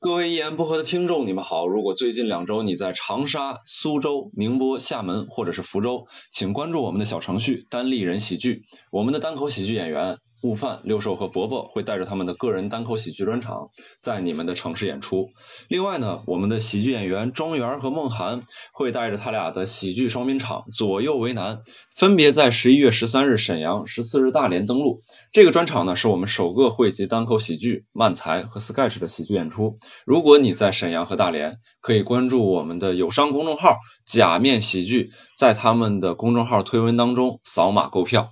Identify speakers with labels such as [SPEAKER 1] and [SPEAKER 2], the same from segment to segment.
[SPEAKER 1] 各位一言不合的听众，你们好。如果最近两周你在长沙、苏州、宁波、厦门或者是福州，请关注我们的小程序“单立人喜剧”，我们的单口喜剧演员悟饭、六兽和伯伯会带着他们的个人单口喜剧专场，在你们的城市演出。另外呢，我们的喜剧演员庄园和梦涵会带着他俩的喜剧双拼场《左右为难》，分别在十一月十三日沈阳、十四日大连登陆。这个专场呢，是我们首个汇集单口喜剧、漫才和 sketch 的喜剧演出。如果你在沈阳和大连，可以关注我们的友商公众号“假面喜剧”，在他们的公众号推文当中扫码购票。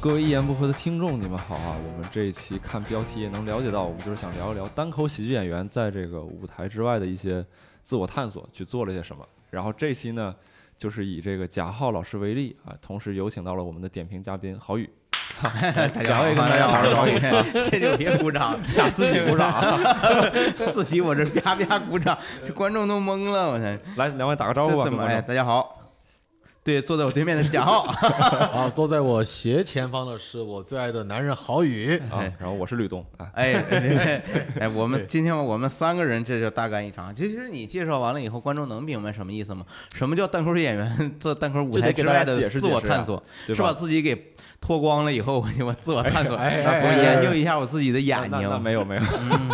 [SPEAKER 1] 各位一言不合的听众，你们好啊！我们这一期看标题也能了解到，我们就是想聊一聊单口喜剧演员在这个舞台之外的一些自我探索，去做了些什么。然后这期呢，就是以这个贾浩老师为例啊，同时有请到了我们的点评嘉宾郝宇。
[SPEAKER 2] 大
[SPEAKER 1] 两
[SPEAKER 2] 家好，
[SPEAKER 1] 位跟
[SPEAKER 2] 大家
[SPEAKER 1] 大
[SPEAKER 2] 好，
[SPEAKER 1] 家好
[SPEAKER 2] 我是高宇，这就别鼓掌了，
[SPEAKER 3] 自己鼓掌啊，
[SPEAKER 2] 自己我这啪啪鼓掌，这观众都懵了，我天，
[SPEAKER 1] 来，两位打个招呼吧，跟
[SPEAKER 2] 这怎么？
[SPEAKER 1] 观
[SPEAKER 2] 哎，
[SPEAKER 1] 众。
[SPEAKER 2] 大家好，对，坐在我对面的是贾浩，
[SPEAKER 3] 啊！坐在我斜前方的是我最爱的男人郝宇，
[SPEAKER 1] 啊，然后我是吕东啊，
[SPEAKER 2] 哎，哎哎，我们今天我们三个人这就大干一场。其实你介绍完了以后，观众能明白什么意思吗？什么叫单口演员做单口舞台之外的
[SPEAKER 1] 这得给大家解释解
[SPEAKER 2] 自
[SPEAKER 1] 释啊
[SPEAKER 2] 我探索？
[SPEAKER 1] 对
[SPEAKER 2] 是把？自己给脱光了以后，我我自我探索，
[SPEAKER 3] 哎哎哎
[SPEAKER 2] 我研究一下我自己的眼
[SPEAKER 1] 那那
[SPEAKER 2] 睛。
[SPEAKER 1] 没有没有，
[SPEAKER 2] 嗯，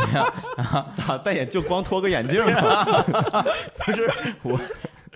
[SPEAKER 1] 咋戴眼就 光脱个眼镜吗？
[SPEAKER 2] 不是我，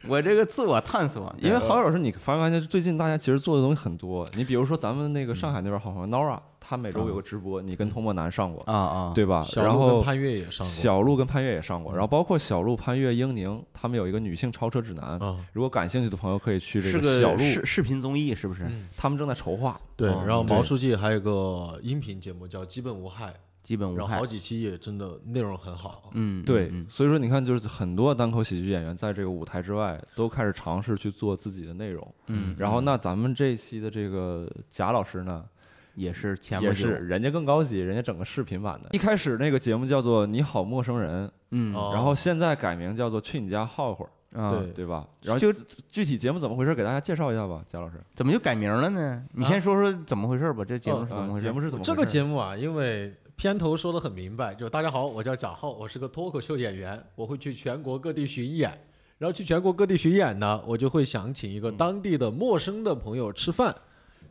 [SPEAKER 2] 我这个自哎我探索，
[SPEAKER 1] 因
[SPEAKER 2] 因
[SPEAKER 1] 为
[SPEAKER 2] 为
[SPEAKER 1] 郝宇老师，你发没发现最近大家其实做的东西很多？你比如说咱们那个上海那边好像 Nora，她每周有个直播，你跟童漠南上过，
[SPEAKER 2] 啊啊，
[SPEAKER 1] 对吧？
[SPEAKER 3] 小
[SPEAKER 1] 然
[SPEAKER 3] 鹿跟
[SPEAKER 1] 后
[SPEAKER 3] 潘越也上过
[SPEAKER 1] 小鹿跟潘越也上过，然后包括小鹿、潘越、英宁，他们有一个女性超车指南。
[SPEAKER 3] 啊，
[SPEAKER 1] 如果感兴趣的朋友可以去
[SPEAKER 2] 是
[SPEAKER 1] 这小鹿，
[SPEAKER 2] 视视频综艺，是不是？
[SPEAKER 3] 嗯，
[SPEAKER 1] 他们正在筹划。
[SPEAKER 3] 对。
[SPEAKER 2] 哦
[SPEAKER 3] 然后
[SPEAKER 1] 嗯对
[SPEAKER 3] 毛书记还有个音频节目叫《基本无害》，
[SPEAKER 2] 基本无
[SPEAKER 3] 然后
[SPEAKER 2] 害
[SPEAKER 3] 好。几期也真的内容很好。
[SPEAKER 2] 嗯，
[SPEAKER 1] 对
[SPEAKER 2] 嗯，
[SPEAKER 1] 所以说你看，就是很多单口喜剧演员在这个舞台之外都开始尝试去做自己的内容。
[SPEAKER 2] 嗯，
[SPEAKER 1] 然后那咱们这一期的这个贾老师呢，
[SPEAKER 2] 也是前
[SPEAKER 1] 也
[SPEAKER 2] 不久
[SPEAKER 1] 是，人家更高级，人家整个视频版的。一开始那个节目叫做《你好陌生人》，
[SPEAKER 2] 嗯，
[SPEAKER 3] 哦
[SPEAKER 1] 然后现在改名叫做《去你家耗一会儿
[SPEAKER 2] 啊
[SPEAKER 3] 对》，
[SPEAKER 1] 对吧？然后
[SPEAKER 2] 就
[SPEAKER 1] 具体节目怎么回事，给大家介绍一下吧，贾老师。
[SPEAKER 2] 怎么就改名了呢？你
[SPEAKER 3] 啊
[SPEAKER 2] 先说说怎么回事吧，这节目
[SPEAKER 3] 哦
[SPEAKER 2] 是怎么
[SPEAKER 1] 啊
[SPEAKER 2] 回事？
[SPEAKER 1] 节目是怎么回事？
[SPEAKER 3] 这个节目啊，因为片头说的很明白，就大家好，我叫贾浩，我是个脱口秀演员，我会去全国各地巡演。然后去全国各地巡演呢，我就会想请一个当地的陌生的朋友吃饭，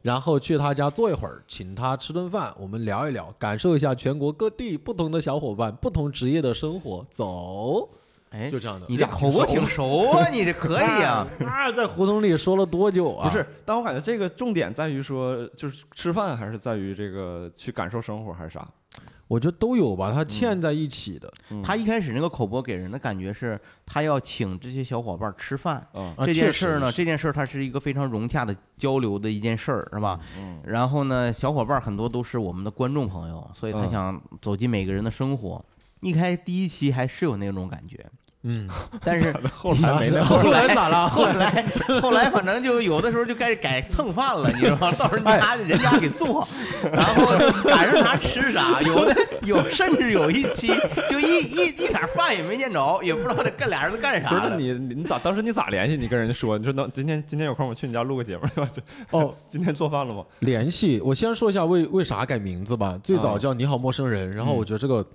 [SPEAKER 3] 然后去他家坐一会儿，请他吃顿饭，我们聊一聊，感受一下全国各地不同的小伙伴、不同职业的生活。走，
[SPEAKER 2] 哎
[SPEAKER 3] 就，这样的。
[SPEAKER 2] 你这口播 挺熟啊，你这可以啊。
[SPEAKER 3] 那在胡同里说了多久啊？
[SPEAKER 1] 不是，但我感觉这个重点在于说，就是吃饭还是在于这个去感受生活还是啥？
[SPEAKER 3] 我觉得都有吧，它嵌在一起的。
[SPEAKER 1] 嗯
[SPEAKER 2] 他一开始那个口播给人的感觉是，他要请这些小伙伴吃饭。
[SPEAKER 1] 啊，
[SPEAKER 3] 啊
[SPEAKER 2] 这
[SPEAKER 3] 确
[SPEAKER 2] 件
[SPEAKER 3] 实
[SPEAKER 2] 事儿呢，
[SPEAKER 3] 是
[SPEAKER 2] 这件事儿它是一个非常融洽的交流的一件事儿，是吧？
[SPEAKER 1] 嗯，
[SPEAKER 2] 然后呢，小伙伴儿很多都是我们的观众朋友，所以他
[SPEAKER 1] 嗯
[SPEAKER 2] 想走进每个人的生活。一开第一期还是有那种感 觉，
[SPEAKER 3] 嗯，
[SPEAKER 2] 但是
[SPEAKER 1] 后来没那
[SPEAKER 3] 后来咋了？
[SPEAKER 2] 后来后来反正就有的时候就开始改蹭饭了，你知道吗？到人
[SPEAKER 3] 哎
[SPEAKER 2] 家人家给做，然后赶上啥吃啥，有的有甚至有一期就一一一点饭也没见着，也不知道这干俩人都干啥
[SPEAKER 1] 不是那
[SPEAKER 2] 了。
[SPEAKER 1] 你你咋当时你咋联系？你跟人家说，你说能今天今天有空我去你家录个节目，对吧？就
[SPEAKER 3] 哦，
[SPEAKER 1] 今天做饭了吗？
[SPEAKER 3] 联系我先说一下为为啥改名字吧。最
[SPEAKER 2] 啊
[SPEAKER 3] 早叫你好陌生人，
[SPEAKER 2] 嗯
[SPEAKER 3] 然后我觉得这个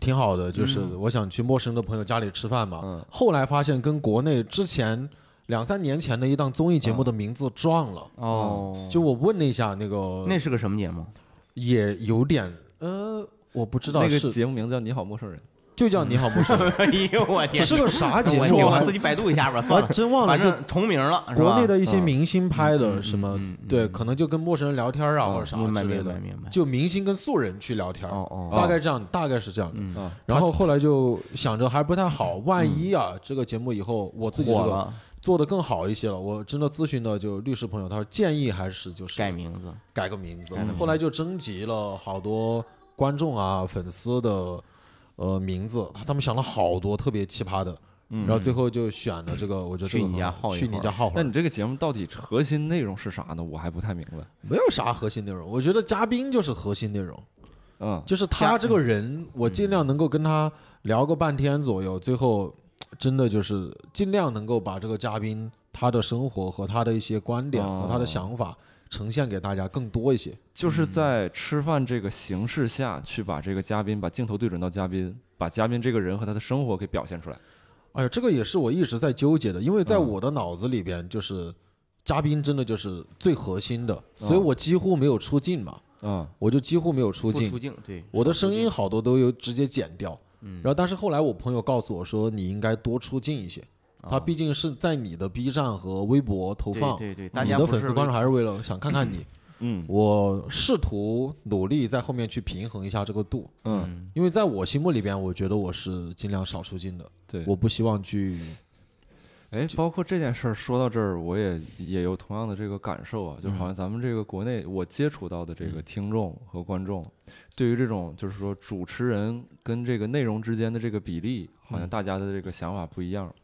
[SPEAKER 3] 挺好的，就是我想去陌生的朋友家里吃饭嘛。
[SPEAKER 1] 嗯
[SPEAKER 3] 后来发现跟国内之前两三年前的一档综艺节目的名字撞了，
[SPEAKER 2] 哦
[SPEAKER 3] 嗯就我问了一下那个，
[SPEAKER 2] 那是个什么节目？
[SPEAKER 3] 也有点呃，我不知道
[SPEAKER 1] 那
[SPEAKER 3] 是、
[SPEAKER 1] 个节目名字叫《你好陌生人》，
[SPEAKER 3] 就叫你好 陌生人，
[SPEAKER 2] 哎呦我天，
[SPEAKER 3] 是个啥节
[SPEAKER 2] 我
[SPEAKER 3] 目
[SPEAKER 2] 天，我
[SPEAKER 3] 啊？
[SPEAKER 2] 自己百度一下吧，
[SPEAKER 3] 我
[SPEAKER 2] 算
[SPEAKER 3] 还
[SPEAKER 2] 了，
[SPEAKER 3] 真忘了，
[SPEAKER 2] 反
[SPEAKER 3] 就
[SPEAKER 2] 正重名了，是吧
[SPEAKER 3] 国内的一些
[SPEAKER 1] 嗯
[SPEAKER 3] 明星拍的
[SPEAKER 2] 嗯
[SPEAKER 3] 什么
[SPEAKER 2] 嗯嗯嗯，
[SPEAKER 3] 对，可能就跟陌生人聊天啊
[SPEAKER 2] 嗯
[SPEAKER 3] 或者啥
[SPEAKER 2] 明白
[SPEAKER 3] 之类
[SPEAKER 2] 明
[SPEAKER 3] 的
[SPEAKER 2] 白，明白。
[SPEAKER 3] 就明星跟素人去聊天，
[SPEAKER 2] 哦哦，
[SPEAKER 3] 大概这样，大概是这样的。
[SPEAKER 2] 嗯
[SPEAKER 1] 啊，
[SPEAKER 3] 然后后来就想着还不太好，万一啊这个节目以后我自己这
[SPEAKER 2] 火
[SPEAKER 3] 个
[SPEAKER 2] 了，
[SPEAKER 3] 做的更好一些了，我真的咨询了就律师朋友，他说建议还是就是
[SPEAKER 2] 改名字。
[SPEAKER 3] 改个名字
[SPEAKER 2] 改个名。字
[SPEAKER 3] 后来就征集了好多观众啊粉丝的呃名字，他他们想了好多特别奇葩的。
[SPEAKER 1] 嗯
[SPEAKER 3] 然后最后就选了这个，我觉得这个
[SPEAKER 2] 去你家
[SPEAKER 3] 很好
[SPEAKER 2] 耗一
[SPEAKER 3] 去你
[SPEAKER 2] 会儿
[SPEAKER 3] 家耗会
[SPEAKER 1] 那
[SPEAKER 3] 儿
[SPEAKER 1] 你，这个节目到底核心内容是啥呢？我还不太明白。
[SPEAKER 3] 没有啥核心内容。我觉得嘉宾就是核心内容，
[SPEAKER 1] 嗯，
[SPEAKER 3] 就是他这个人，我尽量能够跟他聊个半天左右，最后真的就是尽量能够把这个嘉宾他的生活和他的一些观点
[SPEAKER 1] 哦
[SPEAKER 3] 和他的想法呈现给大家更多一些。
[SPEAKER 1] 就是在吃饭这个形式下去把这个嘉宾，把镜头对准到嘉宾，把嘉宾这个人和他的生活给表现出来。
[SPEAKER 3] 哎呀，这个也是我一直在纠结的，因为在
[SPEAKER 1] 嗯
[SPEAKER 3] 我的脑子里边，就是嘉宾真的就是最核心的，所以我几乎没有出镜嘛，
[SPEAKER 1] 嗯，
[SPEAKER 3] 我就几乎没有出
[SPEAKER 2] 不
[SPEAKER 3] 镜
[SPEAKER 2] 出。镜，对，
[SPEAKER 3] 我的
[SPEAKER 2] 少出
[SPEAKER 3] 声音
[SPEAKER 2] 镜
[SPEAKER 3] 好多都有直接剪掉。然后但是后来我朋友告诉我说，你应该多出镜一些，他毕竟是在你的 B 站和微博投放，
[SPEAKER 2] 对对对，大
[SPEAKER 3] 你
[SPEAKER 2] 家
[SPEAKER 3] 的
[SPEAKER 2] 不
[SPEAKER 3] 粉
[SPEAKER 2] 是
[SPEAKER 3] 丝观众还是为了想看看你。
[SPEAKER 1] 嗯
[SPEAKER 3] 我试图努力在后面去平衡一下这个度，
[SPEAKER 1] 嗯，
[SPEAKER 3] 因为在我心目里边，我觉得我是尽量少出镜的，
[SPEAKER 1] 对。
[SPEAKER 3] 我不希望去。
[SPEAKER 1] 哎，包括这件事儿说到这儿，我也也有同样的这个感受啊，就是好
[SPEAKER 3] 嗯
[SPEAKER 1] 像咱们这个国内我接触到的这个听众和观众，对于这种就是说主持人跟这个内容之间的这个比例，好
[SPEAKER 3] 嗯
[SPEAKER 1] 像大家的这个想法不一样。
[SPEAKER 2] 嗯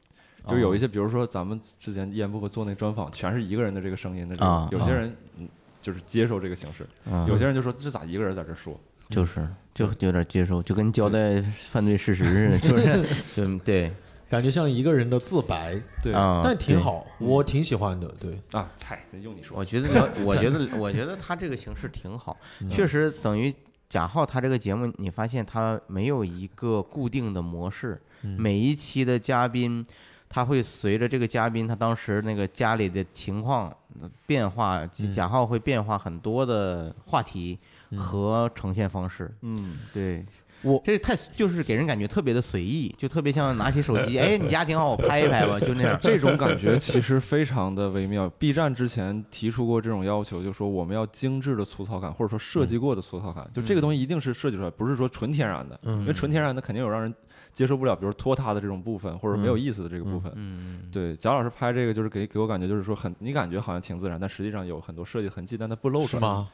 [SPEAKER 1] 就
[SPEAKER 2] 哦
[SPEAKER 1] 有一些，比如说咱们之前一言不合做那专访，全是一个人的这个声音的这
[SPEAKER 2] 啊
[SPEAKER 1] 个，有些
[SPEAKER 2] 啊
[SPEAKER 1] 人嗯就是接受这个形式，
[SPEAKER 2] 啊
[SPEAKER 1] 有些人就说这咋一个人在这说？
[SPEAKER 2] 就是就有点接受，就跟交代 犯罪事实似的， 就是就对
[SPEAKER 3] 感觉像一个人的自白，
[SPEAKER 1] 对
[SPEAKER 2] 啊，
[SPEAKER 3] 但挺
[SPEAKER 2] 对。
[SPEAKER 3] 好，我挺喜欢的。对，
[SPEAKER 1] 啊，嗨，这用你说
[SPEAKER 2] 我觉得聊，我觉得，我觉得他这个形式挺好，确实等于贾浩他这个节目，你发现他没有一个固定的模式，
[SPEAKER 3] 嗯
[SPEAKER 2] 每一期的嘉宾，他会随着这个嘉宾他当时那个家里的情况呃变化，贾浩会变化很多的话题
[SPEAKER 3] 嗯
[SPEAKER 2] 和呈现方式，
[SPEAKER 1] 嗯，
[SPEAKER 2] 对。
[SPEAKER 3] 我
[SPEAKER 2] 这太就是给人感觉特别的随意，就特别像拿起手机，哎，你家挺好，我拍一拍吧，就那样。
[SPEAKER 1] 这种感觉其实非常的微妙。B 站之前提出过这种要求，就说我们要精致的粗糙感，或者说设
[SPEAKER 2] 嗯
[SPEAKER 1] 计过的粗糙感，就这个东西一定是设计出来，不是说纯天然的，
[SPEAKER 2] 嗯
[SPEAKER 1] 因为纯天然的肯定有让人接受不了，比如拖沓的这种部分，或者没有意思的这个部分。
[SPEAKER 2] 嗯，
[SPEAKER 1] 对，贾老师拍这个就是给给我感觉就是说很，你感觉好像挺自然，但实际上有很多设计痕迹，但它不露出
[SPEAKER 3] 是
[SPEAKER 1] 来。？
[SPEAKER 3] 吗？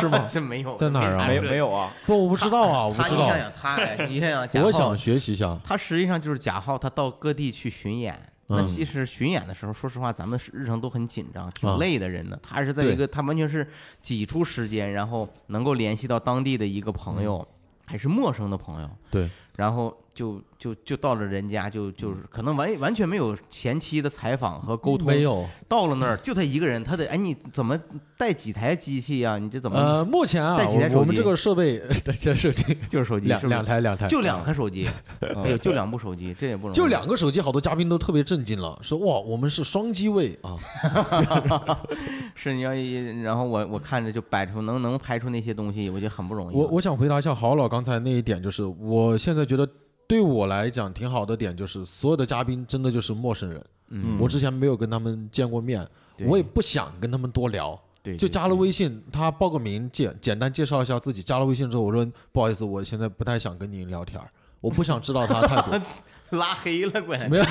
[SPEAKER 1] 是吗？
[SPEAKER 2] 是哦没有
[SPEAKER 3] 在哪儿啊
[SPEAKER 1] 没
[SPEAKER 2] 有。
[SPEAKER 1] 没有 啊？
[SPEAKER 3] 不，我不知道啊，我不
[SPEAKER 2] 他
[SPEAKER 3] 知
[SPEAKER 2] 你
[SPEAKER 3] 道。
[SPEAKER 2] 想想他，哎你想想贾
[SPEAKER 3] 我
[SPEAKER 2] 浩
[SPEAKER 3] 想，学习一下。
[SPEAKER 2] 他实际上就是贾浩，他到各地去巡演。那
[SPEAKER 3] 嗯
[SPEAKER 2] 其实巡演的时候，说实话，咱们是日程都很紧张，挺
[SPEAKER 3] 啊
[SPEAKER 2] 累的人的。他是在一个，他完全是挤出时间，然后能够联系到当地的一个朋
[SPEAKER 3] 嗯
[SPEAKER 2] 友，还是陌生的朋友，
[SPEAKER 3] 对，
[SPEAKER 2] 然后就就就到了人家，就
[SPEAKER 3] 嗯
[SPEAKER 2] 就是可能完完全没有前期的采访和沟通，
[SPEAKER 3] 没有。
[SPEAKER 2] 到了那儿就他一个人，他得哎你怎么带几台机器呀、你这怎么、
[SPEAKER 3] 呃，目前啊
[SPEAKER 2] 带，几台手
[SPEAKER 3] 我我们
[SPEAKER 2] 机
[SPEAKER 3] 这个设备， 这手机
[SPEAKER 2] 就是手机
[SPEAKER 3] 两
[SPEAKER 2] 是不是
[SPEAKER 3] 两台两台，
[SPEAKER 2] 就两颗手 机，
[SPEAKER 1] 嗯
[SPEAKER 2] 哎呦就两部手机，这也不容易，
[SPEAKER 3] 就两个手机，好多嘉宾都特别震惊了，说哇，我们是双机位啊，
[SPEAKER 2] 是你要一，然后我我看着就摆出能能拍出那些东西，我觉得很不容易了。
[SPEAKER 3] 我我想回答一下郝老刚才那一点，就是我现在觉得对我来讲挺好的点，就是所有的嘉宾真的就是陌生人，
[SPEAKER 2] 嗯
[SPEAKER 3] 我之前没有跟他们见过面，
[SPEAKER 2] 对
[SPEAKER 3] 我也不想跟他们多聊，
[SPEAKER 2] 对
[SPEAKER 3] 就
[SPEAKER 2] 对
[SPEAKER 3] 加了微信，他报个名，简简单介绍一下自己，加了微信之后，我说不好意思，我现在不太想跟您聊天儿，我不想知道他太 多，
[SPEAKER 2] 拉黑了，关键
[SPEAKER 3] 没有，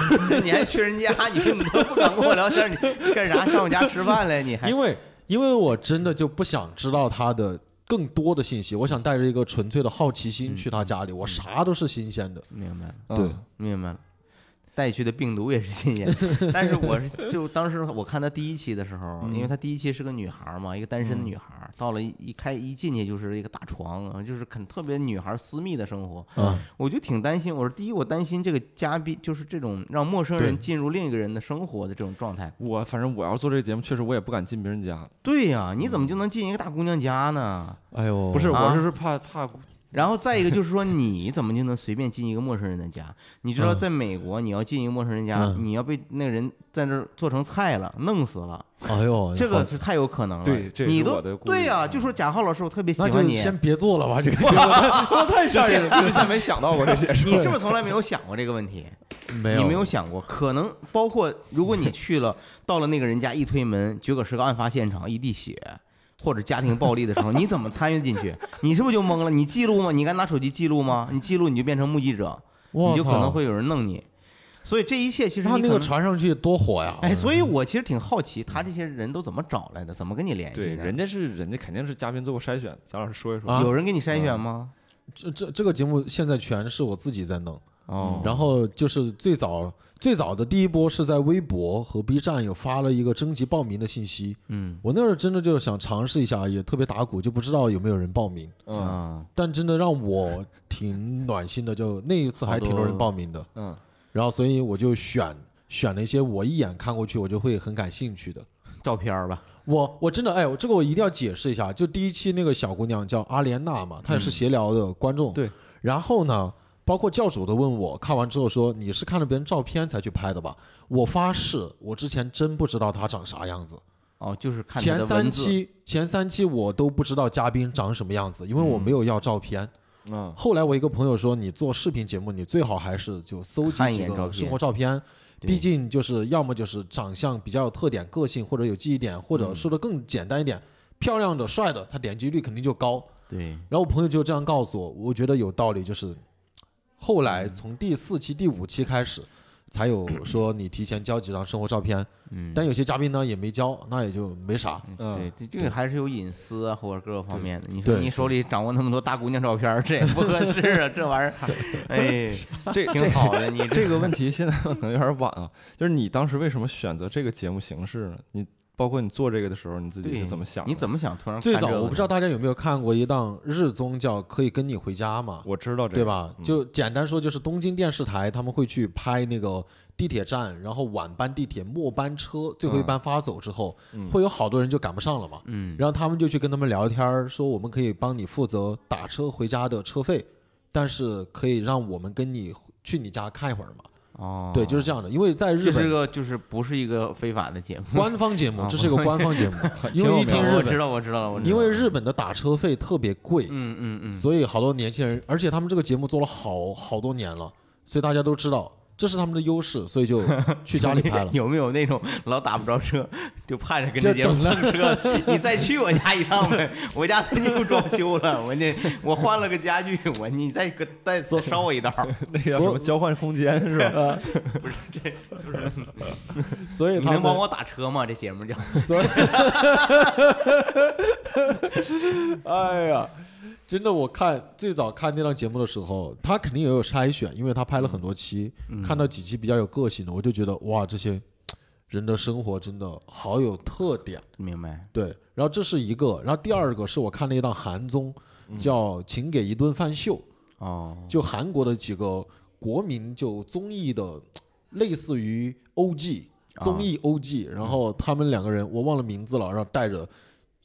[SPEAKER 2] 你还去人家，你说你都不敢跟我聊天，你干啥？上我家吃饭来？你还
[SPEAKER 3] 因为因为我真的就不想知道他的更多的信息，我想带着一个纯粹的好奇心去他家里，我啥都是新鲜的。
[SPEAKER 2] 明白了，
[SPEAKER 1] 嗯
[SPEAKER 3] 对，
[SPEAKER 2] 明白了。带去的病毒也是新鲜， 但是我是就当时我看他第一期的时候，因为
[SPEAKER 3] 嗯
[SPEAKER 2] 他第一期是个女孩嘛，一个单身的女孩，到了一一开一进去就是一个大床，啊，就是很特别女孩私密的生活，
[SPEAKER 3] 啊，
[SPEAKER 2] 我就挺担心。我说第一，我担心这个嘉宾就是这种让陌生人
[SPEAKER 3] 对
[SPEAKER 2] 进入另一个人的生活的这种状态。
[SPEAKER 1] 我反正我要做这个节目，确实我也不敢进别人家，
[SPEAKER 2] 对呀、你怎么就能进一个大姑娘家呢？
[SPEAKER 3] 哎呦，
[SPEAKER 1] 不是，
[SPEAKER 2] 啊
[SPEAKER 1] 我就是怕 怕
[SPEAKER 2] 然后再一个就是说，你怎么就能随便进一个陌生人的家？你知道，在美国，你要进一个陌生人家，
[SPEAKER 3] 嗯
[SPEAKER 2] 你要被那个人在那儿做成菜了，弄死了，
[SPEAKER 3] 哎呦，
[SPEAKER 2] 这个是太有可能了。
[SPEAKER 1] 对这也
[SPEAKER 2] 你
[SPEAKER 1] 是
[SPEAKER 2] 都
[SPEAKER 1] 我的顾虑
[SPEAKER 2] 对呀、就说贾浩老师，我特别喜
[SPEAKER 3] 那
[SPEAKER 2] 欢
[SPEAKER 3] 就
[SPEAKER 2] 你，
[SPEAKER 3] 先别做 了吧，这个这个太吓人了。
[SPEAKER 1] 之前没想到过这些事。
[SPEAKER 2] 你是 不是从来没有想过这个问题？
[SPEAKER 3] 没有，
[SPEAKER 2] 你没有想过，可能包括如果你去 了，到了那个人家一推门，结果是个案发现场，一地血。或者家庭暴力的时候，你怎么参与进去？ 你是不是就懵了？你记录吗？你敢拿手机记录吗？你记录你就变成目击者，
[SPEAKER 3] 哇
[SPEAKER 2] 你就可能
[SPEAKER 3] 操
[SPEAKER 2] 会有人弄你。所以这一切其实
[SPEAKER 3] 他
[SPEAKER 2] 你
[SPEAKER 3] 那
[SPEAKER 2] 可
[SPEAKER 3] 个
[SPEAKER 2] 能
[SPEAKER 3] 传上去多火呀！
[SPEAKER 2] 哎，所以我其实挺好奇，他这些人都怎么找来的？怎么跟你联系
[SPEAKER 1] 对，
[SPEAKER 2] 的？
[SPEAKER 1] 人家是人家肯定是嘉宾做过筛选，贾老师说一说。
[SPEAKER 3] 啊
[SPEAKER 2] 有人给你筛选吗？
[SPEAKER 3] 这这这个节目现在全是我自己在弄，
[SPEAKER 1] 哦，
[SPEAKER 3] 嗯然后就是最早最早的第一波是在微博和 B 站有发了一个征集报名的信息，
[SPEAKER 2] 嗯
[SPEAKER 3] 我那会儿真的就想尝试一下，也特别打鼓，就不知道有没有人报名。
[SPEAKER 1] 嗯
[SPEAKER 2] 啊，
[SPEAKER 3] 但真的让我挺暖心的，就那一次还挺多人报名的，
[SPEAKER 1] 嗯，
[SPEAKER 3] 然后所以我就选选了一些我一眼看过去我就会很感兴趣的。
[SPEAKER 2] 照片儿吧，
[SPEAKER 3] 我我真的哎，我这个我一定要解释一下，就第一期那个小姑娘叫阿莲娜嘛，她也是闲聊的观众。
[SPEAKER 1] 对。
[SPEAKER 3] 然后呢，包括教主都问我看完之后说你是看了别人照片才去拍的吧？我发誓，我之前真不知道她长啥样子。
[SPEAKER 2] 哦，就是看它
[SPEAKER 3] 前
[SPEAKER 2] 的
[SPEAKER 3] 三
[SPEAKER 2] 文字
[SPEAKER 3] 期前三期我都不知道嘉宾长什么样子，因为我没有要照片。
[SPEAKER 1] 嗯
[SPEAKER 3] 后来我一个朋友说，你做视频节目，你最好还是就搜集
[SPEAKER 2] 看一
[SPEAKER 3] 几
[SPEAKER 2] 眼照
[SPEAKER 3] 个
[SPEAKER 2] 片
[SPEAKER 3] 生活照片，
[SPEAKER 2] 对
[SPEAKER 3] 毕竟就是要么就是长相比较有特点、个性或者有记忆点，
[SPEAKER 2] 嗯
[SPEAKER 3] 或者说的更简单一点，漂亮的、帅的，他点击率肯定就高。
[SPEAKER 2] 对，
[SPEAKER 3] 然后我朋友就这样告诉我，我觉得有道理，就是后来
[SPEAKER 2] 嗯
[SPEAKER 3] 从第四期、第五期开始。才有说你提前交几张生活照片，
[SPEAKER 2] 嗯，
[SPEAKER 3] 但有些嘉宾呢也没交，那也就没啥。
[SPEAKER 1] 嗯
[SPEAKER 2] 对，这这个还是有隐私啊，或者各个方面的。你说
[SPEAKER 3] 对
[SPEAKER 2] 你手里掌握那么多大姑娘照片儿，这也不合适 啊，这玩意儿，哎，
[SPEAKER 1] 这
[SPEAKER 2] 挺好的。你
[SPEAKER 1] 这个问题现在可能有点晚啊，就是你当时为什么选择这个节目形式呢？你包括你做这个的时候，你自己
[SPEAKER 2] 对
[SPEAKER 1] 是怎么想的？
[SPEAKER 2] 你怎么想突然
[SPEAKER 3] 最
[SPEAKER 2] 看
[SPEAKER 3] 早
[SPEAKER 2] 这个
[SPEAKER 3] 我不知道大家有没有看过一档日综叫《可以跟你回家》嘛，
[SPEAKER 1] 我知道这个，
[SPEAKER 3] 对吧？
[SPEAKER 1] 嗯
[SPEAKER 3] 就简单说，就是东京电视台他们会去拍那个地铁站，然后晚班地铁末班车最后一班发走之后，
[SPEAKER 1] 嗯
[SPEAKER 3] 会有好多人就赶不上了嘛。
[SPEAKER 2] 嗯，
[SPEAKER 3] 然后他们就去跟他们聊天儿，说我们可以帮你负责打车回家的车费，但是可以让我们跟你去你家看一会儿嘛。
[SPEAKER 2] 哦，
[SPEAKER 3] 对，就是这样的，因为在日
[SPEAKER 2] 这是
[SPEAKER 3] 本
[SPEAKER 2] 个就是不是一个非法的节目。
[SPEAKER 3] 官方节目
[SPEAKER 2] 啊，
[SPEAKER 3] 这是一个官 方节目，
[SPEAKER 1] 挺
[SPEAKER 3] 因为
[SPEAKER 1] 有
[SPEAKER 3] 一
[SPEAKER 1] 名
[SPEAKER 3] 听日
[SPEAKER 2] 我知
[SPEAKER 3] 本，
[SPEAKER 2] 道，我知道了，我知道
[SPEAKER 3] 因为日本的打车费特别贵，
[SPEAKER 2] 嗯嗯嗯，
[SPEAKER 3] 所以好多年轻人，而且他们这个节目做了好好多年了，所以大家都知道这是他们的优势，所以就去家里 拍了。
[SPEAKER 2] 有没有那种老打不着车，就盼着跟这节目
[SPEAKER 3] 就
[SPEAKER 2] 蹭
[SPEAKER 3] 等
[SPEAKER 2] 车？你再去我家一趟呗，我家最近又装修了，我这我换了个家具，我你再给再再捎我一道儿，
[SPEAKER 1] 那叫什么交换空间是吧？
[SPEAKER 3] 所以
[SPEAKER 2] 你能帮我打车吗？这节目叫
[SPEAKER 3] 所以，哎呀，真的，我看最早看那档节目的时候，他肯定也有筛选，因为他拍了很多期，
[SPEAKER 2] 嗯
[SPEAKER 3] 看到几期比较有个性的，我就觉得哇，这些人的生活真的好有特点。
[SPEAKER 2] 明白？
[SPEAKER 3] 对，然后这是一个，然后第二个是我看了一档韩综，
[SPEAKER 2] 嗯
[SPEAKER 3] 叫《请给一顿饭秀》。
[SPEAKER 2] 哦，
[SPEAKER 3] 就韩国的几个国民就综艺的，类似于 OG
[SPEAKER 2] 啊
[SPEAKER 3] 综艺 OG，、然后他们两个人我忘了名字了，然后带着，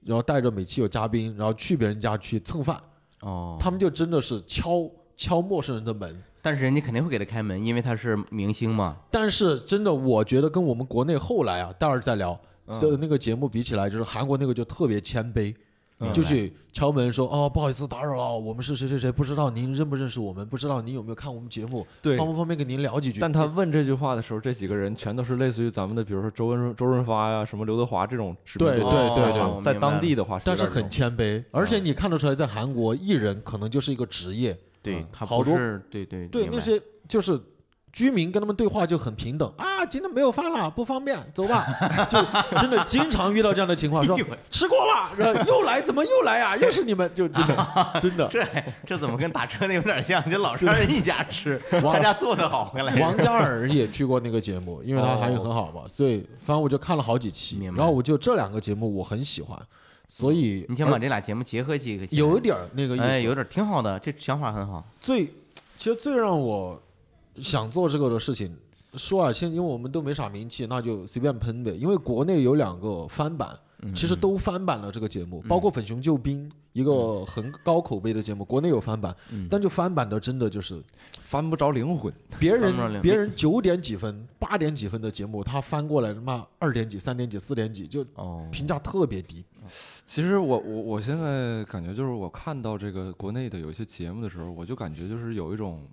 [SPEAKER 3] 然后带着每期有嘉宾，然后去别人家去蹭饭，
[SPEAKER 2] 哦，
[SPEAKER 3] 他们就真的是敲敲陌生人的门。
[SPEAKER 2] 但是人家肯定会给他开门，因为他是明星嘛。
[SPEAKER 3] 但是真的，我觉得跟我们国内后来啊，待会儿再聊，就那个节目比起来，就是韩国那个就特别谦卑，
[SPEAKER 1] 嗯
[SPEAKER 3] 就去敲门说哦，不好意思打扰了，我们是谁谁谁，不知道您认不认识我们，不知道您有没有看我们节目，
[SPEAKER 1] 对
[SPEAKER 3] 方不方便跟您聊几句？
[SPEAKER 1] 但他问这句话的时候，这几个人全都是类似于咱们的，比如说周润周润发呀、什么刘德华这种知名
[SPEAKER 3] 对
[SPEAKER 1] 度
[SPEAKER 3] 对
[SPEAKER 1] 在
[SPEAKER 3] 对
[SPEAKER 2] 哦
[SPEAKER 1] 在当地，的话，
[SPEAKER 3] 但是
[SPEAKER 1] 有点
[SPEAKER 3] 很谦卑，而且你看得出来，在韩国艺人可能就是一个职业，
[SPEAKER 2] 嗯明白对
[SPEAKER 1] 嗯
[SPEAKER 2] 他
[SPEAKER 3] 好
[SPEAKER 2] 不
[SPEAKER 3] 多
[SPEAKER 2] 是，对对
[SPEAKER 3] 对那些就是居民跟他们对话就很平等啊，今天没有饭了，不方便，走吧， 就真的经常遇到这样的情 况，
[SPEAKER 2] 哎
[SPEAKER 3] 说吃过了，然后又来，怎么又来呀、又是你们，就真 的真 的。
[SPEAKER 2] 这这怎么跟打车那有点像？这老 丈人一家吃，
[SPEAKER 3] 哇
[SPEAKER 2] 他家做的好，原来是哦
[SPEAKER 3] 王嘉尔也去过那个节目，因为他韩语很好嘛，所以反正我就看了好几期
[SPEAKER 2] 明，白嗯
[SPEAKER 3] 然后我就这两个节目我很喜欢，所以
[SPEAKER 2] 你想把
[SPEAKER 3] 而
[SPEAKER 2] 这俩节目结合几个，
[SPEAKER 3] 有一点儿那个意思，
[SPEAKER 2] 哎，有点挺好的，这想法很好。
[SPEAKER 3] 最，其实最让我想做这个的事情，说啊，现因为我们都没啥名气，那就随便喷呗。因为国内有两个翻版，
[SPEAKER 2] 嗯
[SPEAKER 3] 其实都翻版了这个节目，包括《粉熊救兵》一
[SPEAKER 2] 嗯
[SPEAKER 3] 个很高口碑的节目，国内有翻版，但就翻版的真的就是
[SPEAKER 1] 翻不着灵魂。
[SPEAKER 3] 别
[SPEAKER 2] 翻不上脸
[SPEAKER 3] 人别人九点几分、八点几分的节目，他翻过来他妈二点几、三点几、四点几，就
[SPEAKER 2] 哦，
[SPEAKER 3] 评价特别低。
[SPEAKER 1] 其实我我我现在感觉就是我看到这个国内的有一些节目的时候，我就感觉就是有一种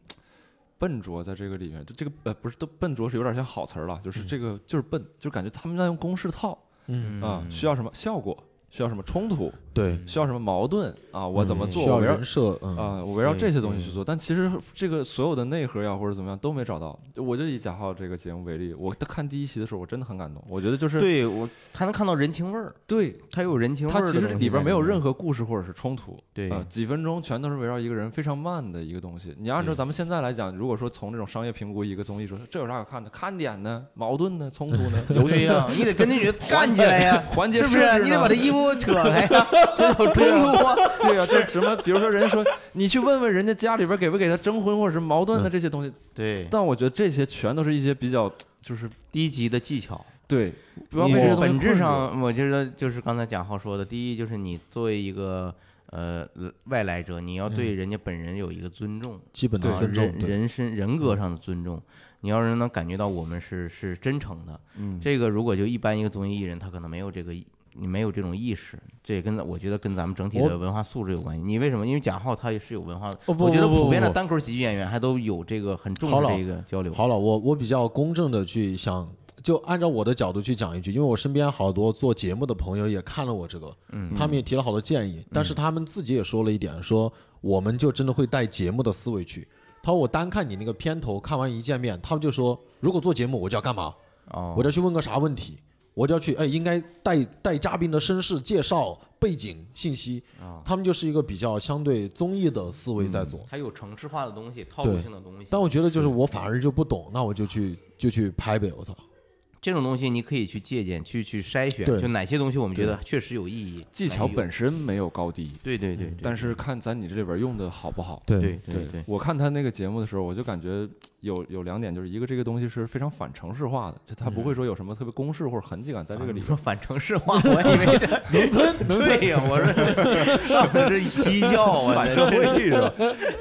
[SPEAKER 1] 笨拙在这个里面，就这个呃不是都笨拙是有点像好词儿了，就是这啊个就是笨，就感觉他们在用公式套
[SPEAKER 3] 嗯，
[SPEAKER 1] 啊，需要什么效果，需要什么冲突，
[SPEAKER 3] 对，
[SPEAKER 1] 需要什么矛盾啊，我怎么做，
[SPEAKER 3] 嗯需要
[SPEAKER 1] 我围绕
[SPEAKER 3] 人设
[SPEAKER 1] 啊、
[SPEAKER 3] 嗯
[SPEAKER 1] 我围绕这些东西
[SPEAKER 3] 对
[SPEAKER 1] 去做，但其实这个所有的内核呀或者怎么样都没找到。我就以贾浩这个节目为例，我看第一期的时候，我真的很感动。我觉得就是
[SPEAKER 2] 对我还能看到人情味儿，
[SPEAKER 1] 对，
[SPEAKER 2] 它有人情味儿
[SPEAKER 1] 它
[SPEAKER 2] 的东
[SPEAKER 1] 其
[SPEAKER 2] 西在
[SPEAKER 1] 实
[SPEAKER 2] 面。
[SPEAKER 1] 里边没有任何故事或者是冲突，
[SPEAKER 2] 嗯对
[SPEAKER 1] 呃，几分钟全都是围绕一个人非常慢的一个东西。你按照咱们现在来讲，如果说从这种商业评估一个综艺说这有啥可看的，看点呢、矛盾呢、冲突 呢、游
[SPEAKER 2] 对
[SPEAKER 1] 戏
[SPEAKER 2] 呀
[SPEAKER 1] 呢、，
[SPEAKER 2] 你得跟那人干起来呀，
[SPEAKER 1] 环节
[SPEAKER 2] 是不
[SPEAKER 1] 设
[SPEAKER 2] 是？
[SPEAKER 1] 置
[SPEAKER 2] 你得
[SPEAKER 1] 呢
[SPEAKER 2] 把他衣服扯开 呀，这有冲突啊。
[SPEAKER 1] 对呀、这什么？比如说人说你去问问人家家里边给不给他征婚或者是矛盾的
[SPEAKER 2] 嗯
[SPEAKER 1] 这些东西，
[SPEAKER 2] 对，
[SPEAKER 1] 但我觉得这些全都是一些比较就是
[SPEAKER 2] 低级的技巧，
[SPEAKER 1] 对，不要被这些
[SPEAKER 2] 我
[SPEAKER 1] 东西
[SPEAKER 2] 本质
[SPEAKER 1] 困住
[SPEAKER 2] 上我觉得就是刚才贾浩说的，第一就是你作为一个呃外来者，你要
[SPEAKER 3] 嗯
[SPEAKER 2] 对人家本人有一个尊重。
[SPEAKER 3] 基本的
[SPEAKER 2] 啊
[SPEAKER 3] 尊重
[SPEAKER 2] 人，
[SPEAKER 3] 对嗯
[SPEAKER 2] 人身人格上的尊重。你要是能感觉到我们是是真诚的，
[SPEAKER 1] 嗯
[SPEAKER 2] 这个如果就一般一个综艺艺人，他可能没有这个意，你没有这种意识，这也跟咱我觉得跟咱们整体
[SPEAKER 3] 我
[SPEAKER 2] 的文化素质有关系。你为什么？因为贾浩他也是有文化的，
[SPEAKER 3] 哦不
[SPEAKER 2] 我觉得
[SPEAKER 3] 不不
[SPEAKER 2] 普遍的
[SPEAKER 3] 不
[SPEAKER 2] 单口喜剧演员还都有这个很重
[SPEAKER 3] 好
[SPEAKER 2] 视
[SPEAKER 3] 了
[SPEAKER 2] 这个交流。
[SPEAKER 3] 好了，我我比较公正的去想，就按照我的角度去讲一句，因为我身边好多做节目的朋友也看了我这个，嗯，他们也提了好多建议，
[SPEAKER 2] 嗯
[SPEAKER 3] 但是他们自己也说了一点，说我们就真的会带节目的思维去。他说我单看你那个片头，看完一见面，他们就说，如果做节目我就要干嘛？
[SPEAKER 2] 哦，
[SPEAKER 3] 我就要去问个啥问题，我就要去哎，应该带带嘉宾的身世介绍、背景信息，
[SPEAKER 2] 哦
[SPEAKER 3] 他们就是一个比较相对综艺的思维在做。
[SPEAKER 2] 他有城市化的东西，套
[SPEAKER 3] 对
[SPEAKER 2] 路性的东西。
[SPEAKER 3] 但我觉得就是我反而就不懂，那我就去就去拍呗，我操！
[SPEAKER 2] 这种东西你可以去借鉴，去去筛选，
[SPEAKER 3] 对
[SPEAKER 2] 就哪些东西我们觉得确实有意义，
[SPEAKER 1] 技
[SPEAKER 2] 哪
[SPEAKER 1] 巧
[SPEAKER 2] 些有
[SPEAKER 1] 本身没有高低，
[SPEAKER 2] 对对对，
[SPEAKER 1] 但是看咱你这里边用的好不好。
[SPEAKER 3] 嗯对
[SPEAKER 2] 对对对，
[SPEAKER 1] 我看他那个节目的时候，我就感觉有有两点，就是一个这个东西是非常反程式化的，就它不会说有什么特别公式或者痕迹感在这
[SPEAKER 2] 嗯啊
[SPEAKER 1] 个
[SPEAKER 2] 你
[SPEAKER 1] 里
[SPEAKER 2] 说
[SPEAKER 1] 边。
[SPEAKER 2] 反城市化，我以为 这农村农村对呀，我说上面这讥笑啊，
[SPEAKER 1] 反
[SPEAKER 2] 这
[SPEAKER 1] 社会是吧？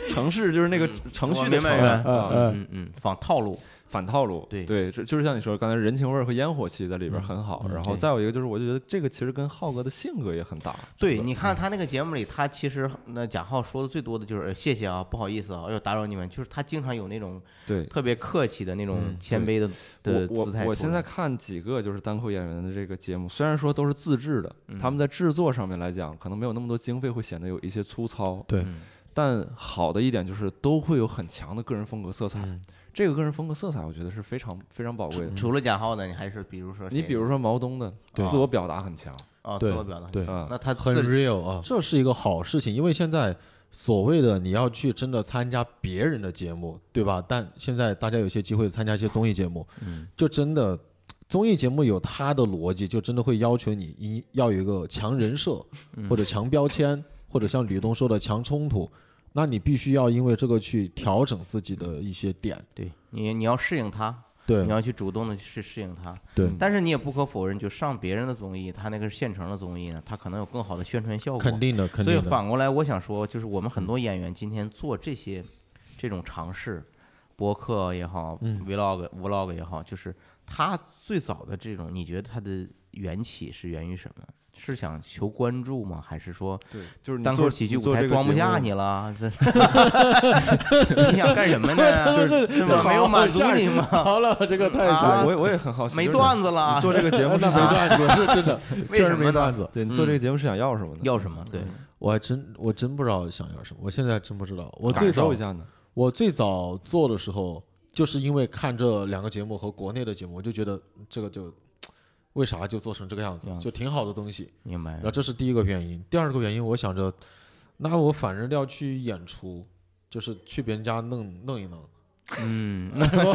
[SPEAKER 1] 程式就是那个
[SPEAKER 2] 嗯
[SPEAKER 1] 程
[SPEAKER 2] 我
[SPEAKER 1] 序的
[SPEAKER 2] 明
[SPEAKER 1] 程
[SPEAKER 2] 白明白
[SPEAKER 1] 啊
[SPEAKER 2] 嗯嗯，仿套路，
[SPEAKER 1] 反套路。
[SPEAKER 2] 对嗯
[SPEAKER 1] 对，这就是像你说的刚才人情味儿和烟火气在里边很好。然后
[SPEAKER 2] 对
[SPEAKER 1] 再有一个就是，我就觉得这个其实跟浩哥的性格也很搭。
[SPEAKER 2] 对，
[SPEAKER 1] 这个
[SPEAKER 2] 你看他那个节目里，他其实那贾浩说的最多的就是呃谢谢啊，不好意思啊，哎呦打扰你们，就是他经常有那种
[SPEAKER 1] 对
[SPEAKER 2] 特别客气的那种
[SPEAKER 3] 嗯
[SPEAKER 2] 谦卑的的
[SPEAKER 1] 我我
[SPEAKER 2] 姿态出来。
[SPEAKER 1] 我现在看几个就是单口演员的这个节目，虽然说都是自制的，
[SPEAKER 2] 嗯
[SPEAKER 1] 他们在制作上面来讲，可能没有那么多经费，会显得有一些粗糙。
[SPEAKER 3] 对
[SPEAKER 2] 嗯
[SPEAKER 1] 但好的一点就是都会有很强的个人风格色彩。
[SPEAKER 3] 嗯
[SPEAKER 1] 这个个人风格色彩，我觉得是非常非常宝贵的。
[SPEAKER 2] 除了贾浩呢，你还是比如说
[SPEAKER 1] 你
[SPEAKER 2] 谁
[SPEAKER 1] 比如说毛东的
[SPEAKER 3] 对
[SPEAKER 1] 自我表达很强，
[SPEAKER 2] 啊，自
[SPEAKER 3] 对
[SPEAKER 2] 我表达，
[SPEAKER 3] 对
[SPEAKER 1] 啊
[SPEAKER 2] 那他
[SPEAKER 3] 很
[SPEAKER 2] 自
[SPEAKER 3] real 啊，这是一个好事情，因为现在所谓的你要去真的参加别人的节目，对吧？但现在大家有些机会参加一些综艺节目，
[SPEAKER 2] 嗯
[SPEAKER 3] 就真的综艺节目有它的逻辑，就真的会要求你一要有一个强人设，
[SPEAKER 2] 嗯
[SPEAKER 3] 或者强标签，或者像吕东说的强冲突，那你必须要因为这个去调整自己的一些点，
[SPEAKER 2] 对你你要适应他，
[SPEAKER 3] 对
[SPEAKER 2] 你要嗯去主动的去适应他。
[SPEAKER 3] 对，
[SPEAKER 2] 但是你也不可否认，就上别人的综艺，他那个是现成的综艺呢，他可能有更好的宣传效果。
[SPEAKER 3] 肯定的，肯
[SPEAKER 2] 所以
[SPEAKER 3] 定的，嗯
[SPEAKER 2] 反过来，我想说，就是我们很多演员今天做这些这种尝试，播客也好，vlog
[SPEAKER 3] 嗯
[SPEAKER 2] vlog 也好，就是他最早的这种，你觉得他的缘起是源于什么？是想求关注吗？还是说
[SPEAKER 1] 对，就是你
[SPEAKER 2] 单口
[SPEAKER 1] 做
[SPEAKER 2] 喜
[SPEAKER 1] 你
[SPEAKER 2] 剧舞
[SPEAKER 1] 做这
[SPEAKER 2] 台
[SPEAKER 1] 个
[SPEAKER 2] 装不
[SPEAKER 1] 节目
[SPEAKER 2] 下你 了？这你想干什 么呢？
[SPEAKER 3] 就是
[SPEAKER 2] 哎是吧？没有满足你吗？
[SPEAKER 3] 好了，这个太
[SPEAKER 2] 啊
[SPEAKER 1] 我也我也很好奇，
[SPEAKER 2] 没 啊
[SPEAKER 1] 就是
[SPEAKER 2] 段子
[SPEAKER 1] 你
[SPEAKER 2] 了，
[SPEAKER 1] 做这个节目
[SPEAKER 3] 那
[SPEAKER 1] 是想
[SPEAKER 3] 没段子，是真的，
[SPEAKER 2] 为
[SPEAKER 3] 确
[SPEAKER 2] 什
[SPEAKER 3] 实
[SPEAKER 2] 么
[SPEAKER 3] 没
[SPEAKER 2] 呢
[SPEAKER 3] 段子。
[SPEAKER 1] 对你做这个
[SPEAKER 2] 嗯
[SPEAKER 1] 节目是想要什么呢？
[SPEAKER 2] 要什么？
[SPEAKER 1] 嗯
[SPEAKER 2] 对，
[SPEAKER 3] 我还真我真不知道想要什么，我现在真不知道。我最
[SPEAKER 1] 感
[SPEAKER 3] 早
[SPEAKER 1] 受一下呢？
[SPEAKER 3] 我最早做的时候，就是因为看这两个节目和国内的节目，我就觉得这个就为啥就做成这个样子
[SPEAKER 2] 样，子
[SPEAKER 3] 就挺好的东西。
[SPEAKER 2] 明白
[SPEAKER 3] 然。后这是第一个原因，第二个原因我想着，那我反正要去演出，就是去别人家弄弄一弄。
[SPEAKER 2] 嗯，
[SPEAKER 3] 这个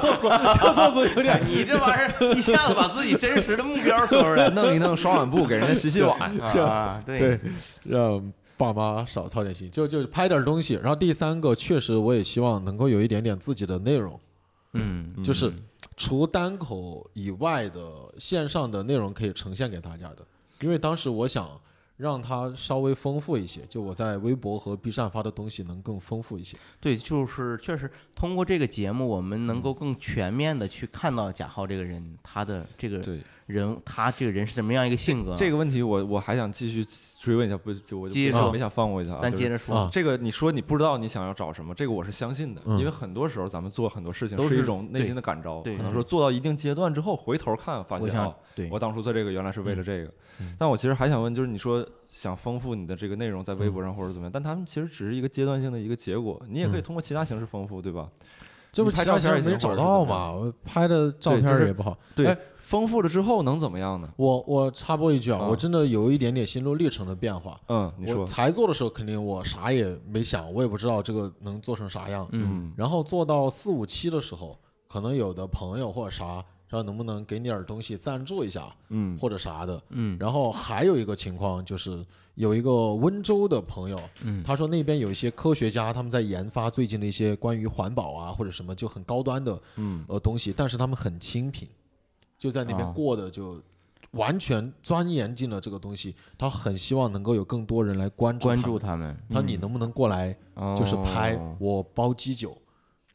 [SPEAKER 3] 厕所，这个厕所有点
[SPEAKER 2] 你这玩意儿一下子把自己真实的目标说 出来
[SPEAKER 1] 弄一弄刷碗布，给人家洗洗 碗。
[SPEAKER 2] 啊，对
[SPEAKER 3] 对，让爸妈少操点心，就就拍点东西。然后第三个，确实我也希望能够有一点点自己的内容，
[SPEAKER 2] 嗯，
[SPEAKER 3] 就是除单口以外的线上的内容可以呈现给大家的。因为当时我想让它稍微丰富一些，就我在微博和 B 站发的东西能更丰富一些。
[SPEAKER 2] 对，就是确实通过这个节目，我们能够更全面的去看到贾浩这个人，他的这个
[SPEAKER 1] 对
[SPEAKER 2] 人他这个人是怎么样一个性格？
[SPEAKER 1] 这个问题我我还想继续追问一下，不就我就
[SPEAKER 2] 嗯继续
[SPEAKER 1] 不想
[SPEAKER 2] 说
[SPEAKER 1] 没想放过一下啊，
[SPEAKER 2] 咱
[SPEAKER 1] 就是
[SPEAKER 2] 接着说，
[SPEAKER 3] 啊
[SPEAKER 1] 这个你说你不知道你想要找什么，这个我是相信的，
[SPEAKER 3] 嗯
[SPEAKER 1] 因为很多时候咱们做很多事情
[SPEAKER 2] 都是
[SPEAKER 1] 一种内心的感召，
[SPEAKER 2] 对对
[SPEAKER 1] 可能说做到一定阶段之后回头看发
[SPEAKER 2] 我
[SPEAKER 1] 现
[SPEAKER 2] 想
[SPEAKER 1] 哦，
[SPEAKER 2] 对嗯
[SPEAKER 1] 我当初做这个原来是为了这个。但我其实还想问，就是你说想丰富你的这个内容在微博上或者
[SPEAKER 2] 嗯
[SPEAKER 1] 怎么样，但他们其实只是一个阶段性的一个结果，你也可以通过其他形式丰富，对吧？
[SPEAKER 3] 这不
[SPEAKER 1] 你拍
[SPEAKER 3] 其
[SPEAKER 1] 照
[SPEAKER 3] 他
[SPEAKER 1] 片
[SPEAKER 3] 片
[SPEAKER 1] 儿也行
[SPEAKER 3] 没找到嘛？我拍的照片
[SPEAKER 1] 对就是
[SPEAKER 3] 儿也不好。
[SPEAKER 1] 对
[SPEAKER 3] 哎，
[SPEAKER 1] 丰富了之后能怎么样呢？
[SPEAKER 3] 我我插播一句啊，
[SPEAKER 1] 啊
[SPEAKER 3] 我真的有一点点心路历程的变化。
[SPEAKER 1] 嗯，你
[SPEAKER 3] 我
[SPEAKER 1] 说，
[SPEAKER 3] 才做的时候，肯定我啥也没想，我也不知道这个能做成啥样。
[SPEAKER 2] 嗯，
[SPEAKER 1] 嗯
[SPEAKER 3] 然后做到四五期的时候，可能有的朋友或者啥，说能不能给你点儿东西赞助一下，
[SPEAKER 1] 嗯
[SPEAKER 3] 或者啥的。
[SPEAKER 2] 嗯
[SPEAKER 3] 然后还有一个情况就是，有一个温州的朋友，
[SPEAKER 2] 嗯
[SPEAKER 3] 他说那边有一些科学家，他们在研发最近的一些关于环保啊或者什么就很高端的
[SPEAKER 1] 嗯，
[SPEAKER 3] 呃东西，但是他们很清贫，就在那边
[SPEAKER 1] 啊
[SPEAKER 3] 过的就完全钻研进了这个东西，他很希望能够有更多人来关注
[SPEAKER 2] 关
[SPEAKER 3] 他
[SPEAKER 2] 注
[SPEAKER 3] 们。
[SPEAKER 2] 他嗯们，
[SPEAKER 3] 他说你能不能过来，就是拍
[SPEAKER 1] 嗯哦
[SPEAKER 3] 我包机酒，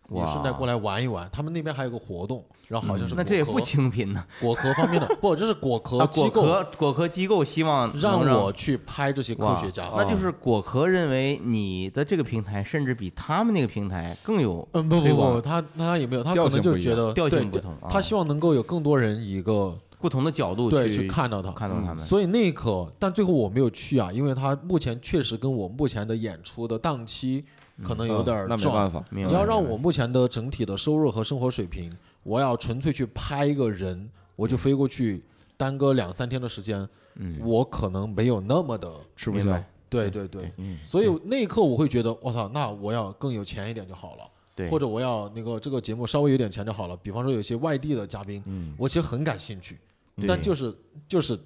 [SPEAKER 3] 你
[SPEAKER 2] 哇嗯
[SPEAKER 3] 顺带过来玩一玩。他们那边还有个活动，然后好像是
[SPEAKER 2] 那这也
[SPEAKER 3] 果
[SPEAKER 2] 不
[SPEAKER 3] 壳
[SPEAKER 2] 清贫呢。
[SPEAKER 3] 果壳方面 的，不，这是果
[SPEAKER 2] 啊
[SPEAKER 3] 壳
[SPEAKER 2] 果
[SPEAKER 3] 机构
[SPEAKER 2] 壳果壳机构希望能哦
[SPEAKER 3] 让我去拍这些科
[SPEAKER 2] 哇
[SPEAKER 3] 学家。啊
[SPEAKER 2] 那就是果壳认为你的这个平台甚至比他们那个平台更有
[SPEAKER 3] 嗯，不
[SPEAKER 2] 推
[SPEAKER 3] 不
[SPEAKER 2] 广
[SPEAKER 3] 不，他他也没有，他
[SPEAKER 1] 调
[SPEAKER 3] 可能
[SPEAKER 1] 性不
[SPEAKER 3] 就
[SPEAKER 1] 一
[SPEAKER 3] 觉
[SPEAKER 1] 样
[SPEAKER 3] 得
[SPEAKER 2] 调
[SPEAKER 3] 对
[SPEAKER 2] 性不
[SPEAKER 3] 对
[SPEAKER 2] 同啊
[SPEAKER 3] 他希望能够有更多人一个
[SPEAKER 2] 不同的角度
[SPEAKER 3] 对
[SPEAKER 2] 去
[SPEAKER 3] 去看到他。嗯
[SPEAKER 2] 看到他们。
[SPEAKER 3] 所以那一刻，但最后我没有去啊，因为他目前确实跟我目前的演出的档期可能有
[SPEAKER 1] 嗯
[SPEAKER 3] 点儿
[SPEAKER 1] 那没
[SPEAKER 3] 撞
[SPEAKER 1] 办。法，
[SPEAKER 2] 明白
[SPEAKER 3] 你要让
[SPEAKER 2] 明白
[SPEAKER 3] 我目前的整体的收入和生活水平，我要纯粹去拍一个人，我就飞过去耽搁两三天的时间，
[SPEAKER 2] 嗯，
[SPEAKER 3] 我可能没有那么的。
[SPEAKER 1] 吃不
[SPEAKER 2] 明
[SPEAKER 1] 消
[SPEAKER 2] 白，
[SPEAKER 3] 对对对
[SPEAKER 2] 对，
[SPEAKER 1] 嗯，
[SPEAKER 3] 所以那一刻我会觉得，我操，那我要更有钱一点就好了。
[SPEAKER 2] 对，
[SPEAKER 3] 或
[SPEAKER 2] 者
[SPEAKER 3] 者我要那个这个节目稍微有点钱就好了。比方说有一些外地的嘉宾，
[SPEAKER 1] 嗯
[SPEAKER 3] 我其实很感兴趣，
[SPEAKER 2] 对
[SPEAKER 3] 但就是就是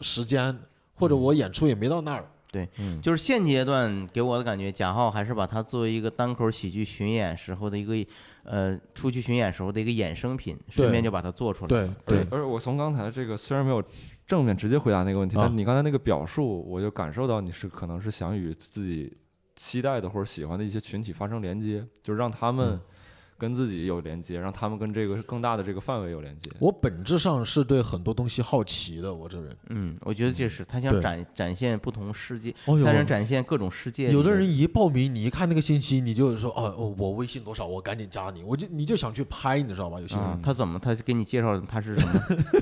[SPEAKER 3] 时间或者我演出也没到那儿。
[SPEAKER 2] 对，嗯就是现阶段给我的感觉，贾浩还是把它作为一个单口喜剧巡演时候的一个呃出去巡演时候的一个衍生品，顺便就把它做出来了。
[SPEAKER 1] 而而我从刚才这个虽然没有正面直接回答那个问题，
[SPEAKER 3] 啊
[SPEAKER 1] 但你刚才那个表述，我就感受到你是可能是想与自己期待的或者喜欢的一些群体发生连接，就是让他
[SPEAKER 3] 嗯
[SPEAKER 1] 们跟自己有连接，让他们跟这个更大的这个范围有 连接。
[SPEAKER 3] 我本质上是对很多东西好奇的，我这人。
[SPEAKER 2] 嗯，我觉得这是他想
[SPEAKER 3] 对
[SPEAKER 2] 展展现不同世界，
[SPEAKER 3] 哦
[SPEAKER 2] 他想展现各种世界里。
[SPEAKER 3] 有的人一报名，你一看那个信息，你就说哦，哦我微信多少，我赶紧加你，我就你就想去拍，你知道吧？有些人
[SPEAKER 2] 啊，他怎么他给你介绍他是什么？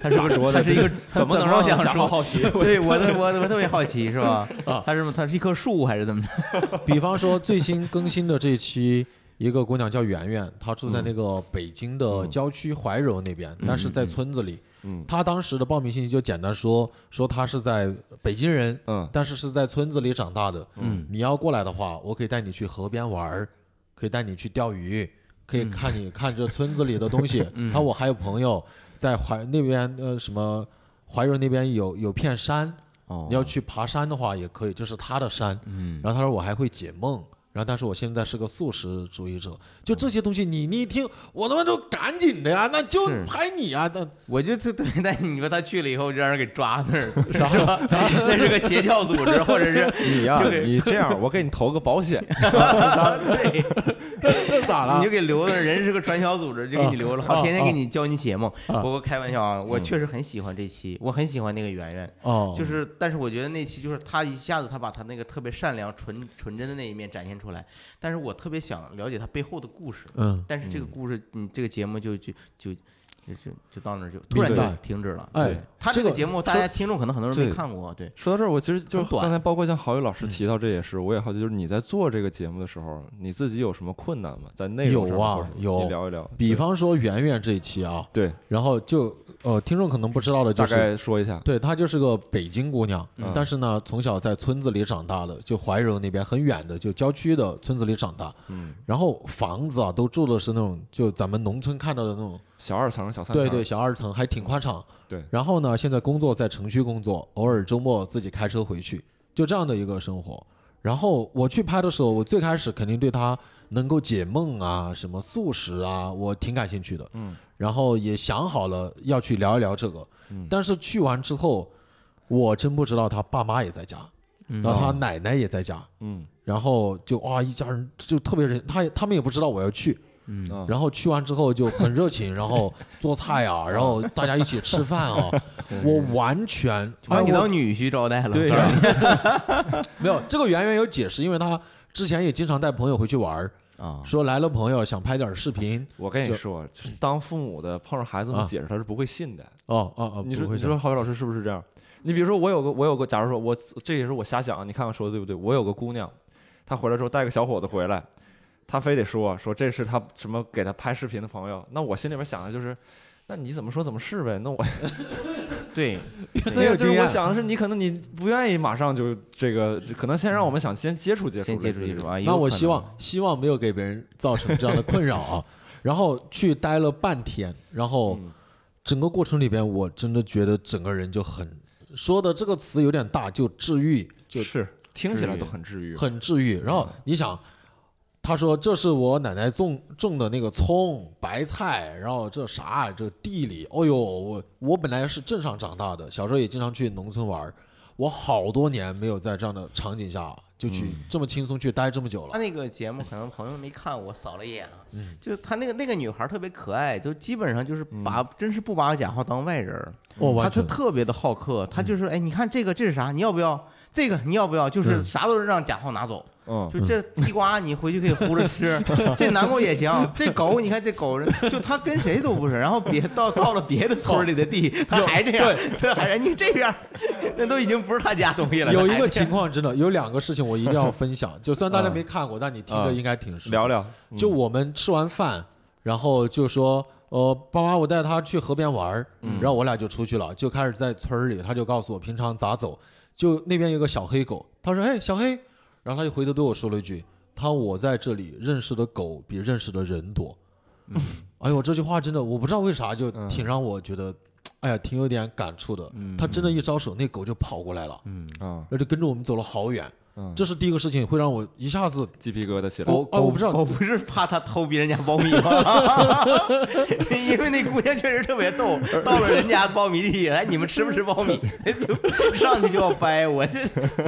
[SPEAKER 2] 他是不是
[SPEAKER 1] 说的
[SPEAKER 2] 他是一个他
[SPEAKER 1] 怎么能让
[SPEAKER 2] 想
[SPEAKER 1] 贾浩
[SPEAKER 2] 说？
[SPEAKER 1] 好 奇？
[SPEAKER 2] 对我的我我特别好奇是吧？
[SPEAKER 3] 啊
[SPEAKER 2] 他是他是一棵树还是怎么着？
[SPEAKER 3] 比方说最新更新的这一期，一个姑娘叫圆圆，她住在那个北京的郊区怀柔那边，但是在村子里。
[SPEAKER 1] 嗯
[SPEAKER 3] 她当时的报名信息就简单说说她是在北京人，
[SPEAKER 1] 嗯
[SPEAKER 3] 但是是在村子里长大的。
[SPEAKER 2] 嗯，
[SPEAKER 3] 你要过来的话，我可以带你去河边玩儿，可以带你去钓鱼，可以看你、看这村子里的东西。嗯、然后我还有朋友在怀那边呃什么怀柔那边有有片山，
[SPEAKER 2] 哦
[SPEAKER 3] 你要去爬山的话也可以，这是他的山。
[SPEAKER 2] 嗯，
[SPEAKER 3] 然后他说我还会解梦，然后但是我现在是个素食主义者，就这些东西你你一听， 我他妈就赶紧的呀，那就是拍你啊，那
[SPEAKER 2] 我就特对，但你说他去了以后就让人给抓那儿，
[SPEAKER 3] 啥
[SPEAKER 2] 是吧？那是个邪教组织，或者是
[SPEAKER 1] 你呀、
[SPEAKER 2] 就给
[SPEAKER 1] 你这样，我给你投个保 险，
[SPEAKER 2] 对，
[SPEAKER 3] 这咋
[SPEAKER 2] 你就给留那儿人是个传销组织，就给你留了，好，天天给你教你解梦。
[SPEAKER 3] 啊
[SPEAKER 2] 不过开玩笑啊，我确实很喜欢这期，我很喜欢那个圆圆，
[SPEAKER 3] 哦，
[SPEAKER 2] 就是，但是我觉得那期就是他一下子他把他那个特别善良、纯纯真的那一面展现出来，但是我特别想了解他背后的故事，
[SPEAKER 3] 嗯，
[SPEAKER 2] 但是这个故事，你这个节目就就就。就就就到那儿就突
[SPEAKER 3] 明
[SPEAKER 2] 然就
[SPEAKER 3] 白
[SPEAKER 2] 停止了。
[SPEAKER 3] 哎
[SPEAKER 2] 对他这
[SPEAKER 3] 这
[SPEAKER 2] 个
[SPEAKER 3] 个
[SPEAKER 2] 节目，大家听众可能很多人没
[SPEAKER 1] 对
[SPEAKER 2] 看过，对，
[SPEAKER 1] 说到这儿，我其实就是
[SPEAKER 2] 很短
[SPEAKER 1] 刚才包括像郝宇
[SPEAKER 3] 嗯
[SPEAKER 1] 老师提到这也是，我也好奇，就是你在做这个节目的时候，你自己有什么困难吗？在内容上
[SPEAKER 3] 有啊
[SPEAKER 1] 或者什么
[SPEAKER 3] 有
[SPEAKER 1] 你聊一聊。
[SPEAKER 3] 比方说圆圆这一期啊，
[SPEAKER 1] 对，对
[SPEAKER 3] 然后就呃，听众可能不知道的就
[SPEAKER 1] 大
[SPEAKER 3] 是，
[SPEAKER 1] 概说一下。
[SPEAKER 3] 对她就是个北京姑娘，
[SPEAKER 1] 嗯
[SPEAKER 3] 但是呢，从小在村子里长大的，就怀柔那边很远的，就郊区的村子里长大，
[SPEAKER 1] 嗯，
[SPEAKER 3] 然后房子啊都住的是那种就咱们农村看到的那种，
[SPEAKER 1] 小二层、小三层。
[SPEAKER 3] 对对，小二层还挺宽敞。
[SPEAKER 1] 对
[SPEAKER 3] 然后呢，现在工作在城区工作，偶尔周末自己开车回去，就这样的一个生活。然后我去拍的时候，我最开始肯定对他能够解梦啊、什么素食啊，我挺感兴趣的。
[SPEAKER 1] 嗯。
[SPEAKER 3] 然后也想好了要去聊一聊这个，
[SPEAKER 1] 嗯
[SPEAKER 3] 但是去完之后，我真不知道他爸妈也在家，
[SPEAKER 2] 嗯
[SPEAKER 3] 然后他
[SPEAKER 1] 哦
[SPEAKER 3] 奶奶也在家，
[SPEAKER 1] 嗯
[SPEAKER 3] 然后就哇，一家人就特别人，他也他们也不知道我要去，
[SPEAKER 2] 嗯
[SPEAKER 1] 啊，
[SPEAKER 3] 然后去完之后就很 热情，然后做菜啊，
[SPEAKER 2] 嗯
[SPEAKER 3] 然后大家一起吃饭啊，我完全
[SPEAKER 2] 把你
[SPEAKER 3] 哎我
[SPEAKER 2] 当女婿招待了。
[SPEAKER 3] 对，没有这个圆圆有解释，因为她之前也经常带朋友回去玩儿，
[SPEAKER 2] 啊，
[SPEAKER 3] 说来了朋友想拍点儿视频，
[SPEAKER 1] 我跟你
[SPEAKER 3] 就
[SPEAKER 1] 说，就是当父母的碰上孩子
[SPEAKER 3] 啊
[SPEAKER 1] 们解释，他是不会信的。
[SPEAKER 3] 哦哦哦，
[SPEAKER 1] 你说
[SPEAKER 3] 不会
[SPEAKER 1] 你
[SPEAKER 3] 想
[SPEAKER 1] 说郝伟老师是不是这样？你比如说我有个我有个，假如说我这也是我瞎想啊，你看看说的对不对？我有个姑娘，她回来之后带个小伙子回来，她非得说说这是她什么给她拍视频的朋友，那我心里边想的就是。那你怎么说怎么是呗？那我
[SPEAKER 2] 对，
[SPEAKER 1] 对呀，就是我想的是，你可能你不愿意马上就这个，可能先让我们想先接触接触，
[SPEAKER 2] 先接触接触。啊。
[SPEAKER 3] 那
[SPEAKER 2] 有
[SPEAKER 3] 我
[SPEAKER 2] 可
[SPEAKER 3] 希
[SPEAKER 2] 能
[SPEAKER 3] 望希望没有给别人造成这样的困扰 啊。然后去待了半天，然后
[SPEAKER 1] 嗯
[SPEAKER 3] 整个过程里边，我真的觉得整个人就很说的这个词有点大，就治愈，就是
[SPEAKER 1] 听起来
[SPEAKER 2] 治愈
[SPEAKER 1] 都很治愈。
[SPEAKER 3] 很治愈。然后你想，他说这是我奶奶种种的那个葱、白菜，然后这啥这地里，哦呦，我我本来是镇上长大的，小时候也经常去农村玩儿，我好多年没有在这样的场景下就去、这么轻松去待这么久
[SPEAKER 2] 他
[SPEAKER 3] 了。
[SPEAKER 2] 那个节目可能朋友没看，我扫了一眼啊，
[SPEAKER 3] 嗯
[SPEAKER 2] 就他那个那个女孩儿特别可爱，就基本上就是把真是不把贾浩当外人儿，
[SPEAKER 3] 我嗯完
[SPEAKER 2] 他就
[SPEAKER 3] 全
[SPEAKER 2] 特别的好客，他就是哎，你看这个这是啥？你要不要？这个你要不要？就是
[SPEAKER 3] 嗯
[SPEAKER 2] 啥都让贾浩拿走，
[SPEAKER 3] 啊
[SPEAKER 1] 嗯，
[SPEAKER 2] 就这地瓜你回去可以烀着吃， 这南瓜也行，这狗你看这狗就他跟谁都不是，然后别到到了别的村儿里的地，他还这样，他还你这样，那都已经不是他家东西了。他
[SPEAKER 3] 有一
[SPEAKER 2] 还
[SPEAKER 3] 个
[SPEAKER 2] 这样
[SPEAKER 3] 情况真的有两个事情我一定要分享，就算大家没看过，但你听着
[SPEAKER 1] 嗯
[SPEAKER 3] 应该挺熟。
[SPEAKER 1] 聊聊，
[SPEAKER 3] 就我们吃完饭，然后就说，呃，爸妈，我带他去河边玩儿，然后我俩就出去了，就开始在村儿里，他就告诉我平常咋走，就那边有个小黑狗，他说，哎，小黑，然后他就回头对我说了一句，他说我在这里认识的狗比认识的人多，哎呦，这句话真的我不知道为啥就
[SPEAKER 1] 嗯
[SPEAKER 3] 挺让我觉得，哎呀，挺有点感触的，他真的一招手，那狗就跑过来了，
[SPEAKER 1] 嗯
[SPEAKER 3] 然后就跟着我们走了好远，
[SPEAKER 1] 嗯，
[SPEAKER 3] 这是第一个事情会让我一下子
[SPEAKER 1] 鸡皮疙瘩起来。
[SPEAKER 2] 狗
[SPEAKER 3] 啊我不知道
[SPEAKER 2] 狗不是怕他偷别人家苞米吗？ 因为那姑娘确实特别逗，到了人家苞米 地，哎，你们吃不吃苞米？ 就上去就要掰，我这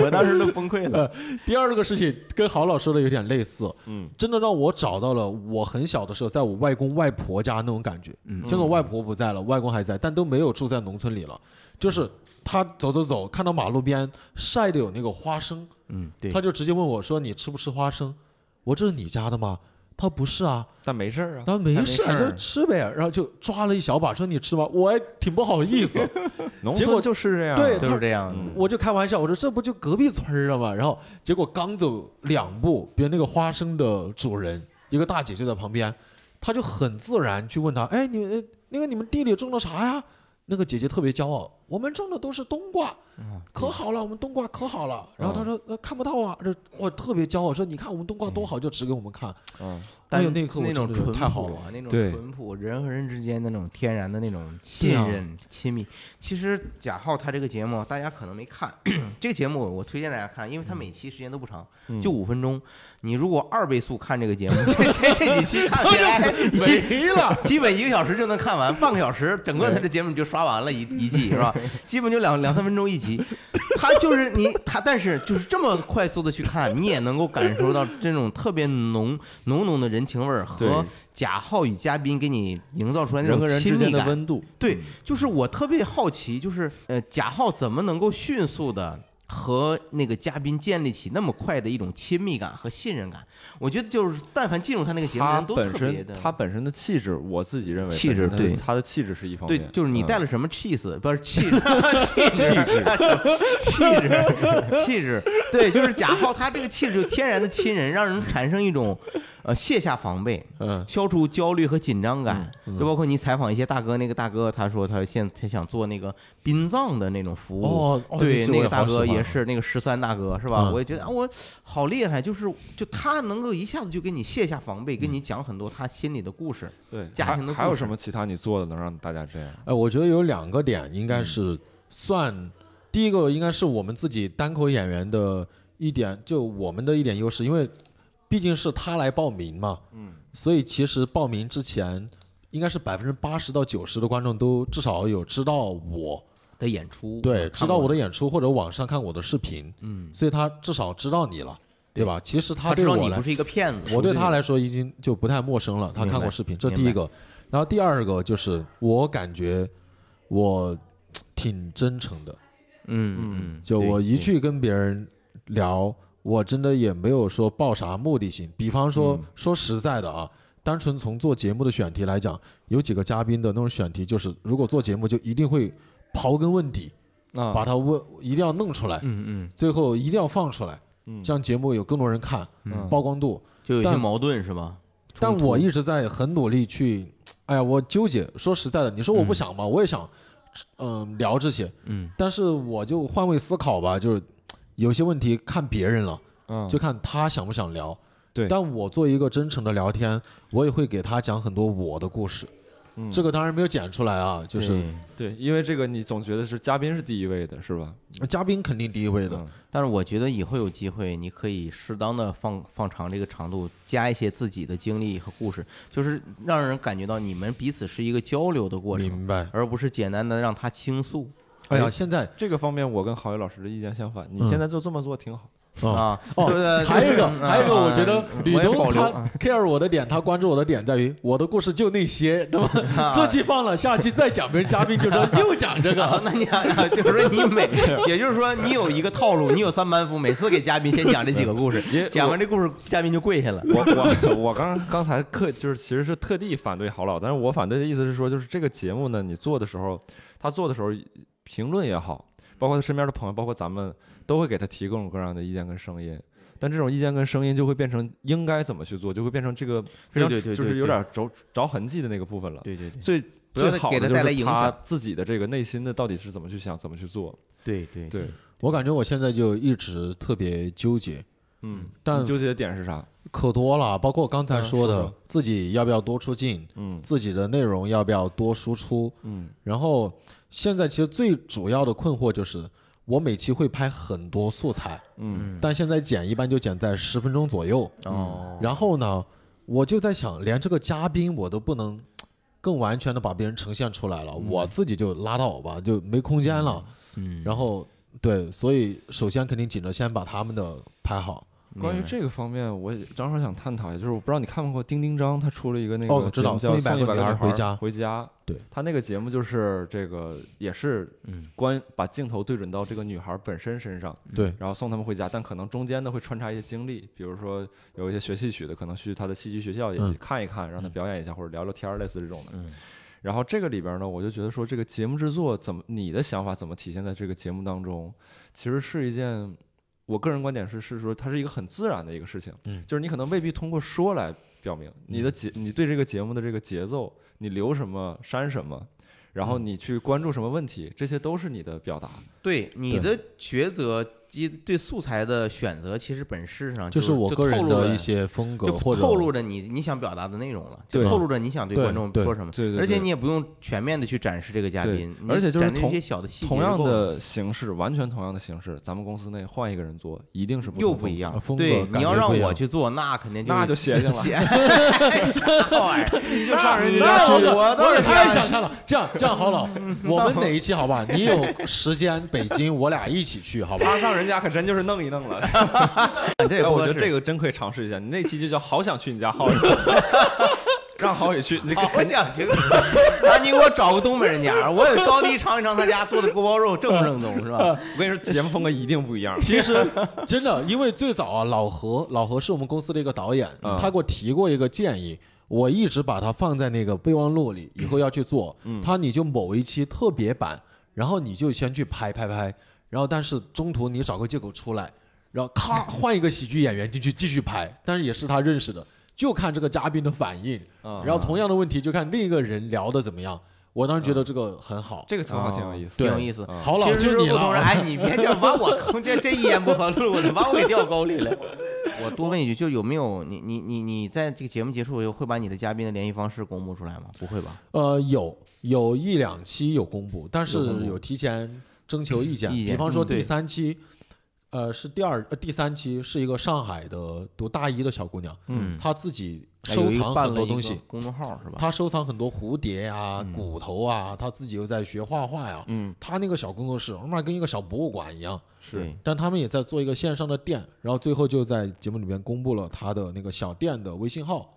[SPEAKER 2] 我当时都崩溃
[SPEAKER 3] 呃
[SPEAKER 2] 了。
[SPEAKER 3] 第二个事情跟郝老说的有点类似，
[SPEAKER 1] 嗯，
[SPEAKER 3] 真的让我找到了我很小的时候，在我外公外婆家那种感觉。嗯，现在我外婆不在了，外公还在，但都没有住在农村里了。就是他走走走，看到马路边晒的有那个花生，
[SPEAKER 2] 嗯，对
[SPEAKER 3] 他就直接问我说：“你吃不吃花生？”我这是你家的吗？他说不是啊，
[SPEAKER 1] 但没事儿啊。
[SPEAKER 3] 他说没
[SPEAKER 2] 没事
[SPEAKER 3] 事儿
[SPEAKER 2] 儿
[SPEAKER 3] 就吃呗，然后就抓了一小把，说你吃吧，我还挺不好意思，
[SPEAKER 1] 农
[SPEAKER 3] 结
[SPEAKER 1] 村
[SPEAKER 3] 果
[SPEAKER 1] 就是这样，啊
[SPEAKER 3] 对
[SPEAKER 2] 就是这样，
[SPEAKER 3] 我就开玩笑，我说这不就隔壁村儿了吗？然后结果刚走两步，别那个花生的主人，一个大姐就在旁边，她就很自然去问她，哎，你们那个你们地里种的啥呀？那个姐姐特别骄傲，我们种的都是冬瓜，
[SPEAKER 2] 嗯
[SPEAKER 3] 可好了，我们冬瓜可好了。然后她说，呃，看不到啊，这我特别骄傲，说你看我们冬瓜多好，就指给我们看。
[SPEAKER 1] 嗯，
[SPEAKER 3] 哎
[SPEAKER 2] 但
[SPEAKER 3] 呦，
[SPEAKER 2] 是
[SPEAKER 3] 那一刻我
[SPEAKER 2] 那
[SPEAKER 3] 真
[SPEAKER 2] 种
[SPEAKER 3] 的
[SPEAKER 2] 淳朴
[SPEAKER 3] 太好了，
[SPEAKER 2] 啊，那种
[SPEAKER 1] 对
[SPEAKER 2] 淳朴，人和人之间那种天然的那种信
[SPEAKER 3] 啊
[SPEAKER 2] 任、亲密。其实贾浩他这个节目大家可能没看， 这个节目我推荐大家看，因为
[SPEAKER 3] 嗯
[SPEAKER 2] 他每期时间都不长，就五分钟。你如果二倍速看这个节 目，这这这几期看起来
[SPEAKER 3] 没了。
[SPEAKER 2] 基本一个小时就能看完，半个小时整个他的节目你就刷完了一一季是吧？基本就两两三分钟一集，他就是你他，但是就是这么快速的去看，你也能够感受到这种特别浓浓浓的人情味儿和
[SPEAKER 1] 对
[SPEAKER 2] 贾浩与嘉宾给你营造出来那
[SPEAKER 1] 人
[SPEAKER 2] 种
[SPEAKER 1] 和人
[SPEAKER 2] 亲
[SPEAKER 1] 之
[SPEAKER 2] 密
[SPEAKER 1] 间的
[SPEAKER 2] 感。
[SPEAKER 1] 温嗯度，
[SPEAKER 2] 对，就是我特别好奇，就是呃，贾浩怎么能够迅速的和那个嘉宾建立起那么快的一种亲密感和信任感？我觉得就是，但凡进入他那个节目，
[SPEAKER 1] 他
[SPEAKER 2] 人都
[SPEAKER 1] 本
[SPEAKER 2] 特别
[SPEAKER 1] 身
[SPEAKER 2] 的。
[SPEAKER 1] 他本身的气质，我自己认为
[SPEAKER 2] 气
[SPEAKER 1] 本身
[SPEAKER 2] 质
[SPEAKER 1] 他是
[SPEAKER 2] 对
[SPEAKER 1] 他的气质是一方
[SPEAKER 2] 对
[SPEAKER 1] 面，，
[SPEAKER 2] 就是你
[SPEAKER 1] 嗯
[SPEAKER 2] 带了什么 cheese，不是 cheese，气质，气质，气质，对，就是贾浩他这个气质就天然的亲人，让人产生一种呃卸下防备，
[SPEAKER 3] 嗯，
[SPEAKER 2] 消除焦虑和紧张感，就包括你采访一些大哥，那个大哥他说他现他想做那个殡葬的那种服务，
[SPEAKER 3] 哦，哦
[SPEAKER 2] 对，那个大哥也，
[SPEAKER 3] 期
[SPEAKER 2] 是那个十三大哥是吧？
[SPEAKER 3] 啊嗯
[SPEAKER 2] 我也觉得啊，我好厉害，就是就他能够一下子就给你卸下防备，跟
[SPEAKER 3] 嗯
[SPEAKER 2] 你讲很多他心里的故事。
[SPEAKER 1] 对
[SPEAKER 2] 家
[SPEAKER 1] 还
[SPEAKER 2] 庭的
[SPEAKER 1] 还有
[SPEAKER 2] 故事
[SPEAKER 1] 什么其他你做的能让大家这样？
[SPEAKER 3] 哎，我觉得有两个点
[SPEAKER 2] 嗯
[SPEAKER 3] 应该是算、第一个，应该是我们自己单口演员的一点，就我们的一点优势，因为毕竟是他来报名嘛，嗯，所以其实报名之前，应该是百分之八十到九十的观众都至少有知道我，
[SPEAKER 2] 的演出，
[SPEAKER 3] 对，
[SPEAKER 2] 看
[SPEAKER 3] 知道我
[SPEAKER 2] 过
[SPEAKER 3] 的演出或者网上看我的视频，嗯，所以他至少知道你了。对吧？其实
[SPEAKER 2] 他
[SPEAKER 3] 对
[SPEAKER 2] 知道
[SPEAKER 3] 我
[SPEAKER 2] 你
[SPEAKER 3] 来
[SPEAKER 2] 不是一个骗子，
[SPEAKER 3] 我
[SPEAKER 2] 熟
[SPEAKER 3] 对
[SPEAKER 2] 悉
[SPEAKER 3] 他
[SPEAKER 2] 你
[SPEAKER 3] 来说已经就不太陌生了，他
[SPEAKER 2] 明
[SPEAKER 3] 看过
[SPEAKER 2] 白
[SPEAKER 3] 视频，这
[SPEAKER 2] 明
[SPEAKER 3] 第一
[SPEAKER 2] 白
[SPEAKER 3] 个。然后第二个就是，我感觉我挺真诚的，
[SPEAKER 2] 嗯嗯，
[SPEAKER 3] 就
[SPEAKER 2] 对
[SPEAKER 3] 我一
[SPEAKER 2] 对
[SPEAKER 3] 去跟别人聊，我真的也没有说抱啥目的性。比方说，
[SPEAKER 1] 嗯
[SPEAKER 3] 说实在的啊，单纯从做节目的选题来讲，有几个嘉宾的那种选题，就是如果做节目就一定会刨根问底，
[SPEAKER 1] 啊，
[SPEAKER 3] 把它问一定要弄出来，
[SPEAKER 2] 嗯嗯，
[SPEAKER 3] 最后一定要放出来，
[SPEAKER 1] 嗯
[SPEAKER 3] 这样节目有更多人看，
[SPEAKER 1] 嗯
[SPEAKER 3] 曝光度。
[SPEAKER 2] 就有一些
[SPEAKER 3] 但
[SPEAKER 2] 矛盾是吧？
[SPEAKER 3] 但
[SPEAKER 2] 冲突
[SPEAKER 3] 我一直在很努力去，哎呀，我纠结。说实在的，你说我不想吗？我也想，嗯、聊这些，
[SPEAKER 2] 嗯
[SPEAKER 3] 但是我就换位思考吧，就是有些问题看别人了，
[SPEAKER 1] 嗯
[SPEAKER 3] 就看他想不想聊。
[SPEAKER 1] 对
[SPEAKER 3] 但我做一个真诚的聊天，我也会给他讲很多我的故事。
[SPEAKER 1] 嗯
[SPEAKER 3] 这个当然没有剪出来啊，就是
[SPEAKER 2] 对
[SPEAKER 1] 对，因为这个你总觉得是嘉宾是第一位的，是吧？
[SPEAKER 3] 嘉宾肯定第一位的。
[SPEAKER 1] 嗯
[SPEAKER 2] 但是我觉得以后有机会，你可以适当的放放长这个长度，加一些自己的经历和故事，就是让人感觉到你们彼此是一个交流的过程，
[SPEAKER 3] 明白。
[SPEAKER 2] 而不是简单的让他倾诉
[SPEAKER 3] 哎呀，现在
[SPEAKER 1] 这个方面我跟郝宇老师的意见相反，你
[SPEAKER 3] 嗯
[SPEAKER 1] 现在就这么做挺好。
[SPEAKER 3] 啊。
[SPEAKER 2] 啊。
[SPEAKER 3] 哦
[SPEAKER 2] 对不对
[SPEAKER 3] 还有一个，
[SPEAKER 2] 嗯
[SPEAKER 3] 还有一个，
[SPEAKER 2] 啊
[SPEAKER 3] 我觉得
[SPEAKER 2] 嗯
[SPEAKER 3] 吕
[SPEAKER 2] 我也保
[SPEAKER 3] 东
[SPEAKER 2] 留
[SPEAKER 3] 他
[SPEAKER 2] 啊
[SPEAKER 3] care 我的点，他关注我的点在于我的故事就那些，对吧？
[SPEAKER 2] 啊
[SPEAKER 3] 这期放了，下期再讲别人嘉宾就 说又讲这
[SPEAKER 2] 啊
[SPEAKER 3] 个，，
[SPEAKER 2] 那你啊，就是说你每，也就是说你有一个套路，你有三板斧，每次给嘉宾先讲这几个故事，讲完这故事，嘉宾就跪下了。
[SPEAKER 1] 我我我刚刚才特就是其实是特地反对郝老，但是我反对的意思是说，就是这个节目呢，你做的时候，他做的时候评论也好，包括他身边的朋友，包括咱们都会给他提各种各样的意见跟声音。但这种意见跟声音就会变成应该怎么去做，就会变成这个非常
[SPEAKER 2] 对对对
[SPEAKER 1] 就是
[SPEAKER 2] 对
[SPEAKER 1] 有点着着痕迹的那个部分了。
[SPEAKER 2] 对对对
[SPEAKER 1] 最
[SPEAKER 2] 不要
[SPEAKER 1] 最好
[SPEAKER 2] 给他
[SPEAKER 1] 的就
[SPEAKER 2] 带来
[SPEAKER 1] 是
[SPEAKER 2] 影
[SPEAKER 1] 他
[SPEAKER 2] 响
[SPEAKER 1] 自己的这个内心的到底是怎么去想，怎么去做。
[SPEAKER 2] 对对
[SPEAKER 1] 对，
[SPEAKER 3] 我感觉我现在就一直特别纠结，
[SPEAKER 1] 嗯，
[SPEAKER 3] 但
[SPEAKER 1] 你纠结的点是啥？
[SPEAKER 3] 可多了，包括我刚才
[SPEAKER 1] 嗯
[SPEAKER 3] 说
[SPEAKER 1] 说
[SPEAKER 3] 的
[SPEAKER 1] 说，
[SPEAKER 3] 自己要不要多出镜，
[SPEAKER 1] 嗯
[SPEAKER 3] 自己的内容要不要多输出。
[SPEAKER 1] 嗯
[SPEAKER 3] 然后现在其实最主要的困惑就是，我每期会拍很多素材，
[SPEAKER 1] 嗯
[SPEAKER 3] 但现在剪一般就剪在十分钟左右。
[SPEAKER 2] 哦，
[SPEAKER 3] 然后呢，我就在想，连这个嘉宾我都不能更完全的把别人呈现出来了，我自己就拉倒吧，就没空间了。
[SPEAKER 2] 嗯，
[SPEAKER 3] 然后对，所以首先肯定紧着先把他们的拍好。
[SPEAKER 1] 关于这个方面，我也正好想探讨一下，就是我不知道你看没看过丁丁张，他出了一个那个
[SPEAKER 3] 哦我知道
[SPEAKER 1] 节目叫《
[SPEAKER 3] 送
[SPEAKER 1] 送
[SPEAKER 3] 一
[SPEAKER 1] 一
[SPEAKER 3] 百
[SPEAKER 1] 百
[SPEAKER 3] 个
[SPEAKER 1] 个
[SPEAKER 3] 女孩
[SPEAKER 1] 女
[SPEAKER 3] 回家
[SPEAKER 1] 回家。
[SPEAKER 3] 对
[SPEAKER 1] 他那个节目就是这个，也是
[SPEAKER 2] 嗯
[SPEAKER 1] 关把镜头对准到这个女孩本身身上，
[SPEAKER 3] 对，
[SPEAKER 1] 然后送他们回家，但可能中间呢会穿插一些经历，比如说有一些学戏曲的，可能去他的戏剧学校也
[SPEAKER 3] 嗯
[SPEAKER 1] 去看一看，让他表演一下或者聊聊天儿，类似这种的。
[SPEAKER 2] 嗯
[SPEAKER 1] 然后这个里边呢，我就觉得说，这个节目制作怎么你的想法怎么体现在这个节目当中，其实是一件，我个人观点是是说，它是一个很自然的一个事情，
[SPEAKER 3] 嗯
[SPEAKER 1] 就是你可能未必通过说来表明
[SPEAKER 2] 嗯
[SPEAKER 1] 你的节，你对这个节目的这个节奏，你留什么删什么，然
[SPEAKER 2] 嗯
[SPEAKER 1] 后你去关注什么问题，这些都是你的表达。
[SPEAKER 2] 对你的抉择及对素材的选择，其实本质上
[SPEAKER 3] 这是我
[SPEAKER 2] 就
[SPEAKER 3] 个
[SPEAKER 2] 透
[SPEAKER 3] 人
[SPEAKER 2] 露了
[SPEAKER 3] 的一些风格
[SPEAKER 2] 就
[SPEAKER 3] 或者
[SPEAKER 2] 透露着你你想表达的内容了，就
[SPEAKER 1] 对
[SPEAKER 2] 透露着你想对
[SPEAKER 3] 对
[SPEAKER 2] 观众
[SPEAKER 3] 对
[SPEAKER 2] 说什么。
[SPEAKER 1] 对对对
[SPEAKER 2] 而且你也不用全面的去展示这个嘉
[SPEAKER 1] 对
[SPEAKER 2] 宾，
[SPEAKER 1] 而且就是
[SPEAKER 2] 展示一
[SPEAKER 1] 同
[SPEAKER 2] 些小的细节就
[SPEAKER 1] 同
[SPEAKER 2] 够了，
[SPEAKER 1] 样的形式，完全同样的形式，咱们公司内换一个人做，一定是不
[SPEAKER 2] 又
[SPEAKER 1] 同
[SPEAKER 2] 不一
[SPEAKER 1] 风格。
[SPEAKER 3] 啊
[SPEAKER 2] 样。
[SPEAKER 3] 风格
[SPEAKER 2] 对，
[SPEAKER 3] 感觉
[SPEAKER 2] 你要让
[SPEAKER 3] 不一
[SPEAKER 2] 我
[SPEAKER 3] 样
[SPEAKER 2] 去做，那肯定就
[SPEAKER 1] 那就邪性了
[SPEAKER 2] 啥玩意儿？ 你就上人家
[SPEAKER 3] 那
[SPEAKER 2] 家
[SPEAKER 3] 我
[SPEAKER 2] 去，
[SPEAKER 3] 可
[SPEAKER 2] 我
[SPEAKER 3] 我
[SPEAKER 2] 倒
[SPEAKER 3] 可
[SPEAKER 2] 是
[SPEAKER 3] 太想看了。这样这 样好了，我们哪一期好吧？你有时间北京，我俩一起去好吧？
[SPEAKER 1] 他上人家可真就是弄一弄了。
[SPEAKER 2] 这也
[SPEAKER 1] 哎，
[SPEAKER 2] 不
[SPEAKER 1] 我
[SPEAKER 2] 合
[SPEAKER 1] 觉得
[SPEAKER 2] 适
[SPEAKER 1] 这个真可以尝试一下。你那期就叫“好想去你家浩宇”， 让郝宇去，你
[SPEAKER 2] 好哦想去， 那你给我找个东北人家，我也高低尝一尝他家做的锅包肉正不正宗，是 吧？
[SPEAKER 1] 我跟你说，节目风格一定不一 样。
[SPEAKER 3] 其实 真的，因为最早啊，老何老何是我们公司的一个导演，
[SPEAKER 1] 嗯
[SPEAKER 3] 他给我提过一个建议，我一直把它放在那个备忘录里，以后要去做。他你就某一期特别版，然后你就先去拍拍拍，然后但是中途你找个借口出来，然后咔换一个喜剧演员进去继续拍，但是也是他认识的，就看这个嘉宾的反应，
[SPEAKER 1] 啊
[SPEAKER 3] 然后同样的问题就看另一个人聊的怎么样。我当时觉得这个很好，
[SPEAKER 1] 这个策划挺有意思。
[SPEAKER 2] 挺
[SPEAKER 3] 对
[SPEAKER 2] 有意思。
[SPEAKER 3] 好老
[SPEAKER 2] 其实
[SPEAKER 3] 就你
[SPEAKER 2] 不 同人，
[SPEAKER 3] 了。啊
[SPEAKER 2] 哎，你别这把我坑，这这一言不合路的，把我给掉沟里了。 我多问一句，就有没有你你你你在这个节目结束以后会把你的嘉宾的联系方式公布出来吗？不会吧？
[SPEAKER 3] 呃，有有一两期有公布，但是
[SPEAKER 2] 有公布
[SPEAKER 3] 有提前征求意见。
[SPEAKER 2] 意见
[SPEAKER 3] 比方说
[SPEAKER 2] 嗯
[SPEAKER 3] 第
[SPEAKER 2] 对
[SPEAKER 3] 三期，呃，是第二、呃、第三期是一个上海的读大一的小姑娘，
[SPEAKER 2] 嗯
[SPEAKER 3] 她自己收藏很多东西，
[SPEAKER 2] 公众号是吧？
[SPEAKER 3] 他收藏很多蝴蝶啊、
[SPEAKER 2] 嗯
[SPEAKER 3] 骨头啊，他自己又在学画画呀、
[SPEAKER 1] 嗯，
[SPEAKER 3] 他那个小工作室，他妈跟一个小博物馆一样。
[SPEAKER 2] 对，
[SPEAKER 3] 但他们也在做一个线上的店，然后最后就在节目里面公布了他的那个小店的微信号。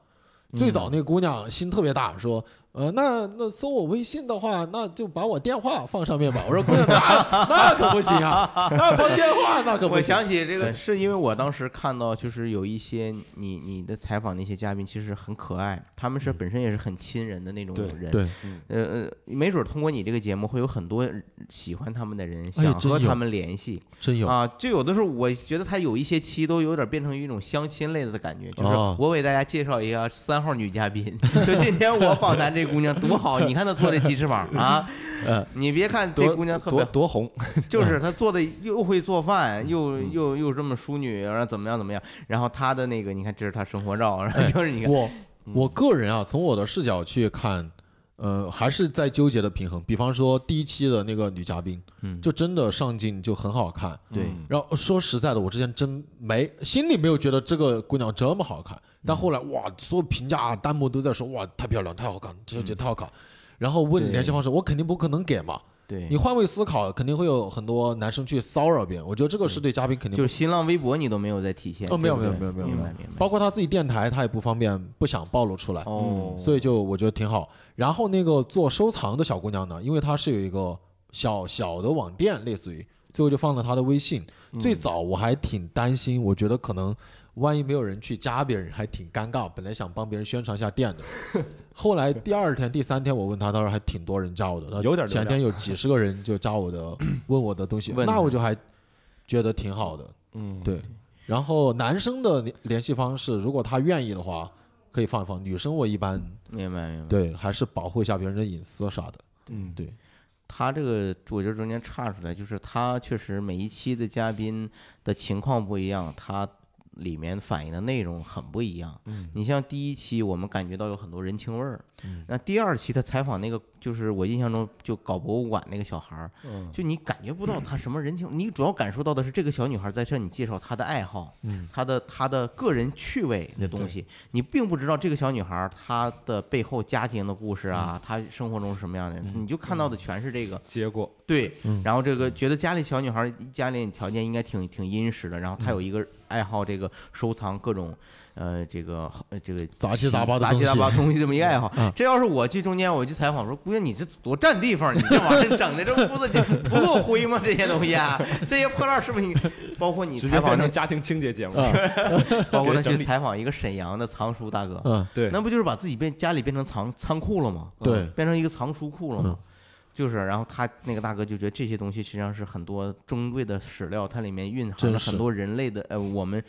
[SPEAKER 3] 最早那个姑娘心特别大，说：“呃，那那搜我微信的话，那就把我电话放上面 吧。”我说：“姑娘，那那可不行 啊，那放电话那可不
[SPEAKER 2] 我
[SPEAKER 3] 行。
[SPEAKER 2] 想起这个，是因为我当时看到，就是有一些你你的采访那些嘉宾，其实很可爱，他们是本身也是很亲人的那种
[SPEAKER 1] 对
[SPEAKER 2] 人。
[SPEAKER 3] 对
[SPEAKER 1] 嗯
[SPEAKER 2] 呃呃，没准儿通过你这个节目，会有很多喜欢他们的人
[SPEAKER 3] 哎
[SPEAKER 2] 想
[SPEAKER 3] 真
[SPEAKER 2] 和
[SPEAKER 3] 有
[SPEAKER 2] 他们联系”
[SPEAKER 3] 真有，
[SPEAKER 2] 啊。就有的时候，我觉得他有一些期都有点变成一种相亲类的感觉，就是
[SPEAKER 3] 哦
[SPEAKER 2] 我给大家介绍一下三号女嘉宾，就今天我访谈这姑娘多好，你看她做这鸡翅膀啊，
[SPEAKER 3] 呃，嗯
[SPEAKER 2] 你别看这
[SPEAKER 1] 多
[SPEAKER 2] 姑娘特
[SPEAKER 1] 多
[SPEAKER 2] 别
[SPEAKER 1] 多红，
[SPEAKER 2] 就是他做的又会做饭，又又又这么淑女，然后怎么样怎么样，然后他的那个你看这是他生活照，然后就是你看，
[SPEAKER 3] 哎我我个人啊，从我的视角去看，呃，还是在纠结的平衡。比方说第一期的那个女嘉宾，
[SPEAKER 2] 嗯
[SPEAKER 3] 就真的上镜就很好看，
[SPEAKER 2] 对
[SPEAKER 1] 嗯
[SPEAKER 3] 然后说实在的，我之前真没心里没有觉得这个姑娘这么好看，
[SPEAKER 2] 嗯
[SPEAKER 3] 但后来哇，所有评价啊、弹幕都在说哇太漂亮、太好看，这小姐太好看。然后问
[SPEAKER 2] 对
[SPEAKER 3] 联系方式，我肯定不可能给嘛。
[SPEAKER 2] 嗯对
[SPEAKER 3] 你，换位思考，肯定会有很多男生去骚扰别人。我觉得这个是对嘉宾肯定
[SPEAKER 2] 就是新浪微博你都没有在体现，
[SPEAKER 3] 哦，没有没
[SPEAKER 2] 对
[SPEAKER 3] 有
[SPEAKER 2] 不
[SPEAKER 3] 没
[SPEAKER 2] 对
[SPEAKER 3] 有没有
[SPEAKER 2] 明
[SPEAKER 3] 没
[SPEAKER 2] 白
[SPEAKER 3] 有
[SPEAKER 2] 明，白，
[SPEAKER 3] 包括他自己电台，他也不方便，不想暴露出来。
[SPEAKER 2] 哦，
[SPEAKER 3] 所以就我觉得挺好。然后那个做收藏的小姑娘呢，因为她是有一个小小的网店，类似于，最后就放了她的微信。
[SPEAKER 1] 嗯
[SPEAKER 3] 最早我还挺担心，我觉得可能万一没有人去加别人，还挺尴尬。本来想帮别人宣传一下店的， 后来第二天、第三天我问她，她说还挺多人加我的，她
[SPEAKER 1] 有点流量
[SPEAKER 3] 前天有几十个人就加我的，问我的东西，
[SPEAKER 2] 问
[SPEAKER 3] 那
[SPEAKER 2] 你
[SPEAKER 3] 我就还觉得挺好的。
[SPEAKER 1] 嗯，
[SPEAKER 3] 对，然后男生的联联系方式，如果他愿意的话，可以放一放。女生我一般
[SPEAKER 2] 明白明白。
[SPEAKER 3] 对，还是保护一下别人的隐私啥的。
[SPEAKER 1] 嗯
[SPEAKER 3] 对，
[SPEAKER 2] 他这个我觉得中间岔出来，就是他确实每一期的嘉宾的情况不一样，他里面反映的内容很不一样。
[SPEAKER 1] 嗯
[SPEAKER 2] 你像第一期我们感觉到有很多人情味儿，
[SPEAKER 3] 嗯
[SPEAKER 2] 那第二期他采访那个就是我印象中就搞博物馆那个小孩儿，
[SPEAKER 1] 嗯
[SPEAKER 2] 就你感觉不到他什么人情，你主要感受到的是这个小女孩在向你介绍她的爱好，
[SPEAKER 3] 嗯，
[SPEAKER 2] 她的她的个人趣味的东西，你并不知道这个小女孩儿她的背后家庭的故事
[SPEAKER 3] 嗯
[SPEAKER 2] 啊，她生活中是什么样的人，你就看到的全是这个。
[SPEAKER 1] 结果
[SPEAKER 2] 对
[SPEAKER 3] 嗯，
[SPEAKER 2] 然后这个觉得家里小女孩儿家里条件应该挺挺殷实的，然后她
[SPEAKER 3] 嗯
[SPEAKER 2] 有一个爱好这个收藏各种呃这个呃这个
[SPEAKER 3] 杂七杂八的
[SPEAKER 2] 杂七
[SPEAKER 3] 东
[SPEAKER 2] 杂
[SPEAKER 3] 西
[SPEAKER 2] 八东西这么一个爱好
[SPEAKER 3] 嗯。
[SPEAKER 2] 这要是我去中间我去采访说，姑娘你这多占地方，你这玩意儿整的这屋 子这不够灰吗？这些东西啊，这些破烂儿是不是你？包括你
[SPEAKER 1] 直
[SPEAKER 2] 采
[SPEAKER 1] 接
[SPEAKER 2] 访
[SPEAKER 1] 变
[SPEAKER 2] 那嗯
[SPEAKER 1] 成，家庭清洁节目，
[SPEAKER 2] 包括他
[SPEAKER 1] 整
[SPEAKER 2] 去
[SPEAKER 1] 理
[SPEAKER 2] 采访一个沈阳的藏书大哥，
[SPEAKER 3] 嗯，
[SPEAKER 1] 对，
[SPEAKER 2] 那不就是把自己变家里变成仓仓库了吗？
[SPEAKER 3] 对，
[SPEAKER 2] 变成一个藏书库了嘛
[SPEAKER 3] 嗯。
[SPEAKER 2] 就是，然后他那个大哥就觉得这些东西实际上是很多珍贵的史料，它里面蕴含
[SPEAKER 3] 真
[SPEAKER 2] 了
[SPEAKER 3] 是
[SPEAKER 2] 很多人类的呃，我们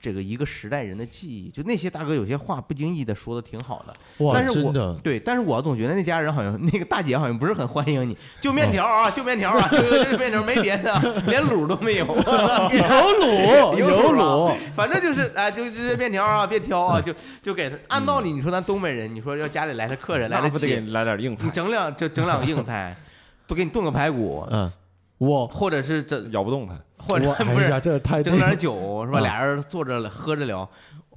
[SPEAKER 2] 这个一个时代人的记忆。就那些大哥有些话不经意的说的挺好的，
[SPEAKER 3] 哇，
[SPEAKER 2] 但是
[SPEAKER 3] 真
[SPEAKER 2] 我
[SPEAKER 3] 的，
[SPEAKER 2] 对，但是我总觉得那家人好像那个大姐好像不是很欢迎你，就面条啊，就面条啊，就 就面条，没别的， 连卤都没有，
[SPEAKER 3] 有卤
[SPEAKER 2] 有
[SPEAKER 3] 有
[SPEAKER 2] 卤
[SPEAKER 3] 卤，
[SPEAKER 2] 反正就是哎，就就是面条啊，别挑
[SPEAKER 3] 嗯
[SPEAKER 2] 啊，就就给他。按道理你说咱东北人，你说要家里来的客人来
[SPEAKER 1] 那
[SPEAKER 2] 得
[SPEAKER 1] 不得给
[SPEAKER 2] 起，
[SPEAKER 1] 你来点硬
[SPEAKER 2] 你
[SPEAKER 1] 菜，
[SPEAKER 2] 整两就整两个硬菜，都给你炖个排骨，
[SPEAKER 3] 嗯， 我
[SPEAKER 2] 或者是这
[SPEAKER 1] 咬不动它，
[SPEAKER 2] 或者
[SPEAKER 3] 我
[SPEAKER 2] 不
[SPEAKER 3] 哎
[SPEAKER 2] 是
[SPEAKER 3] 呀，这太
[SPEAKER 2] 整点酒是吧？
[SPEAKER 3] 啊
[SPEAKER 2] 俩人坐着喝着聊，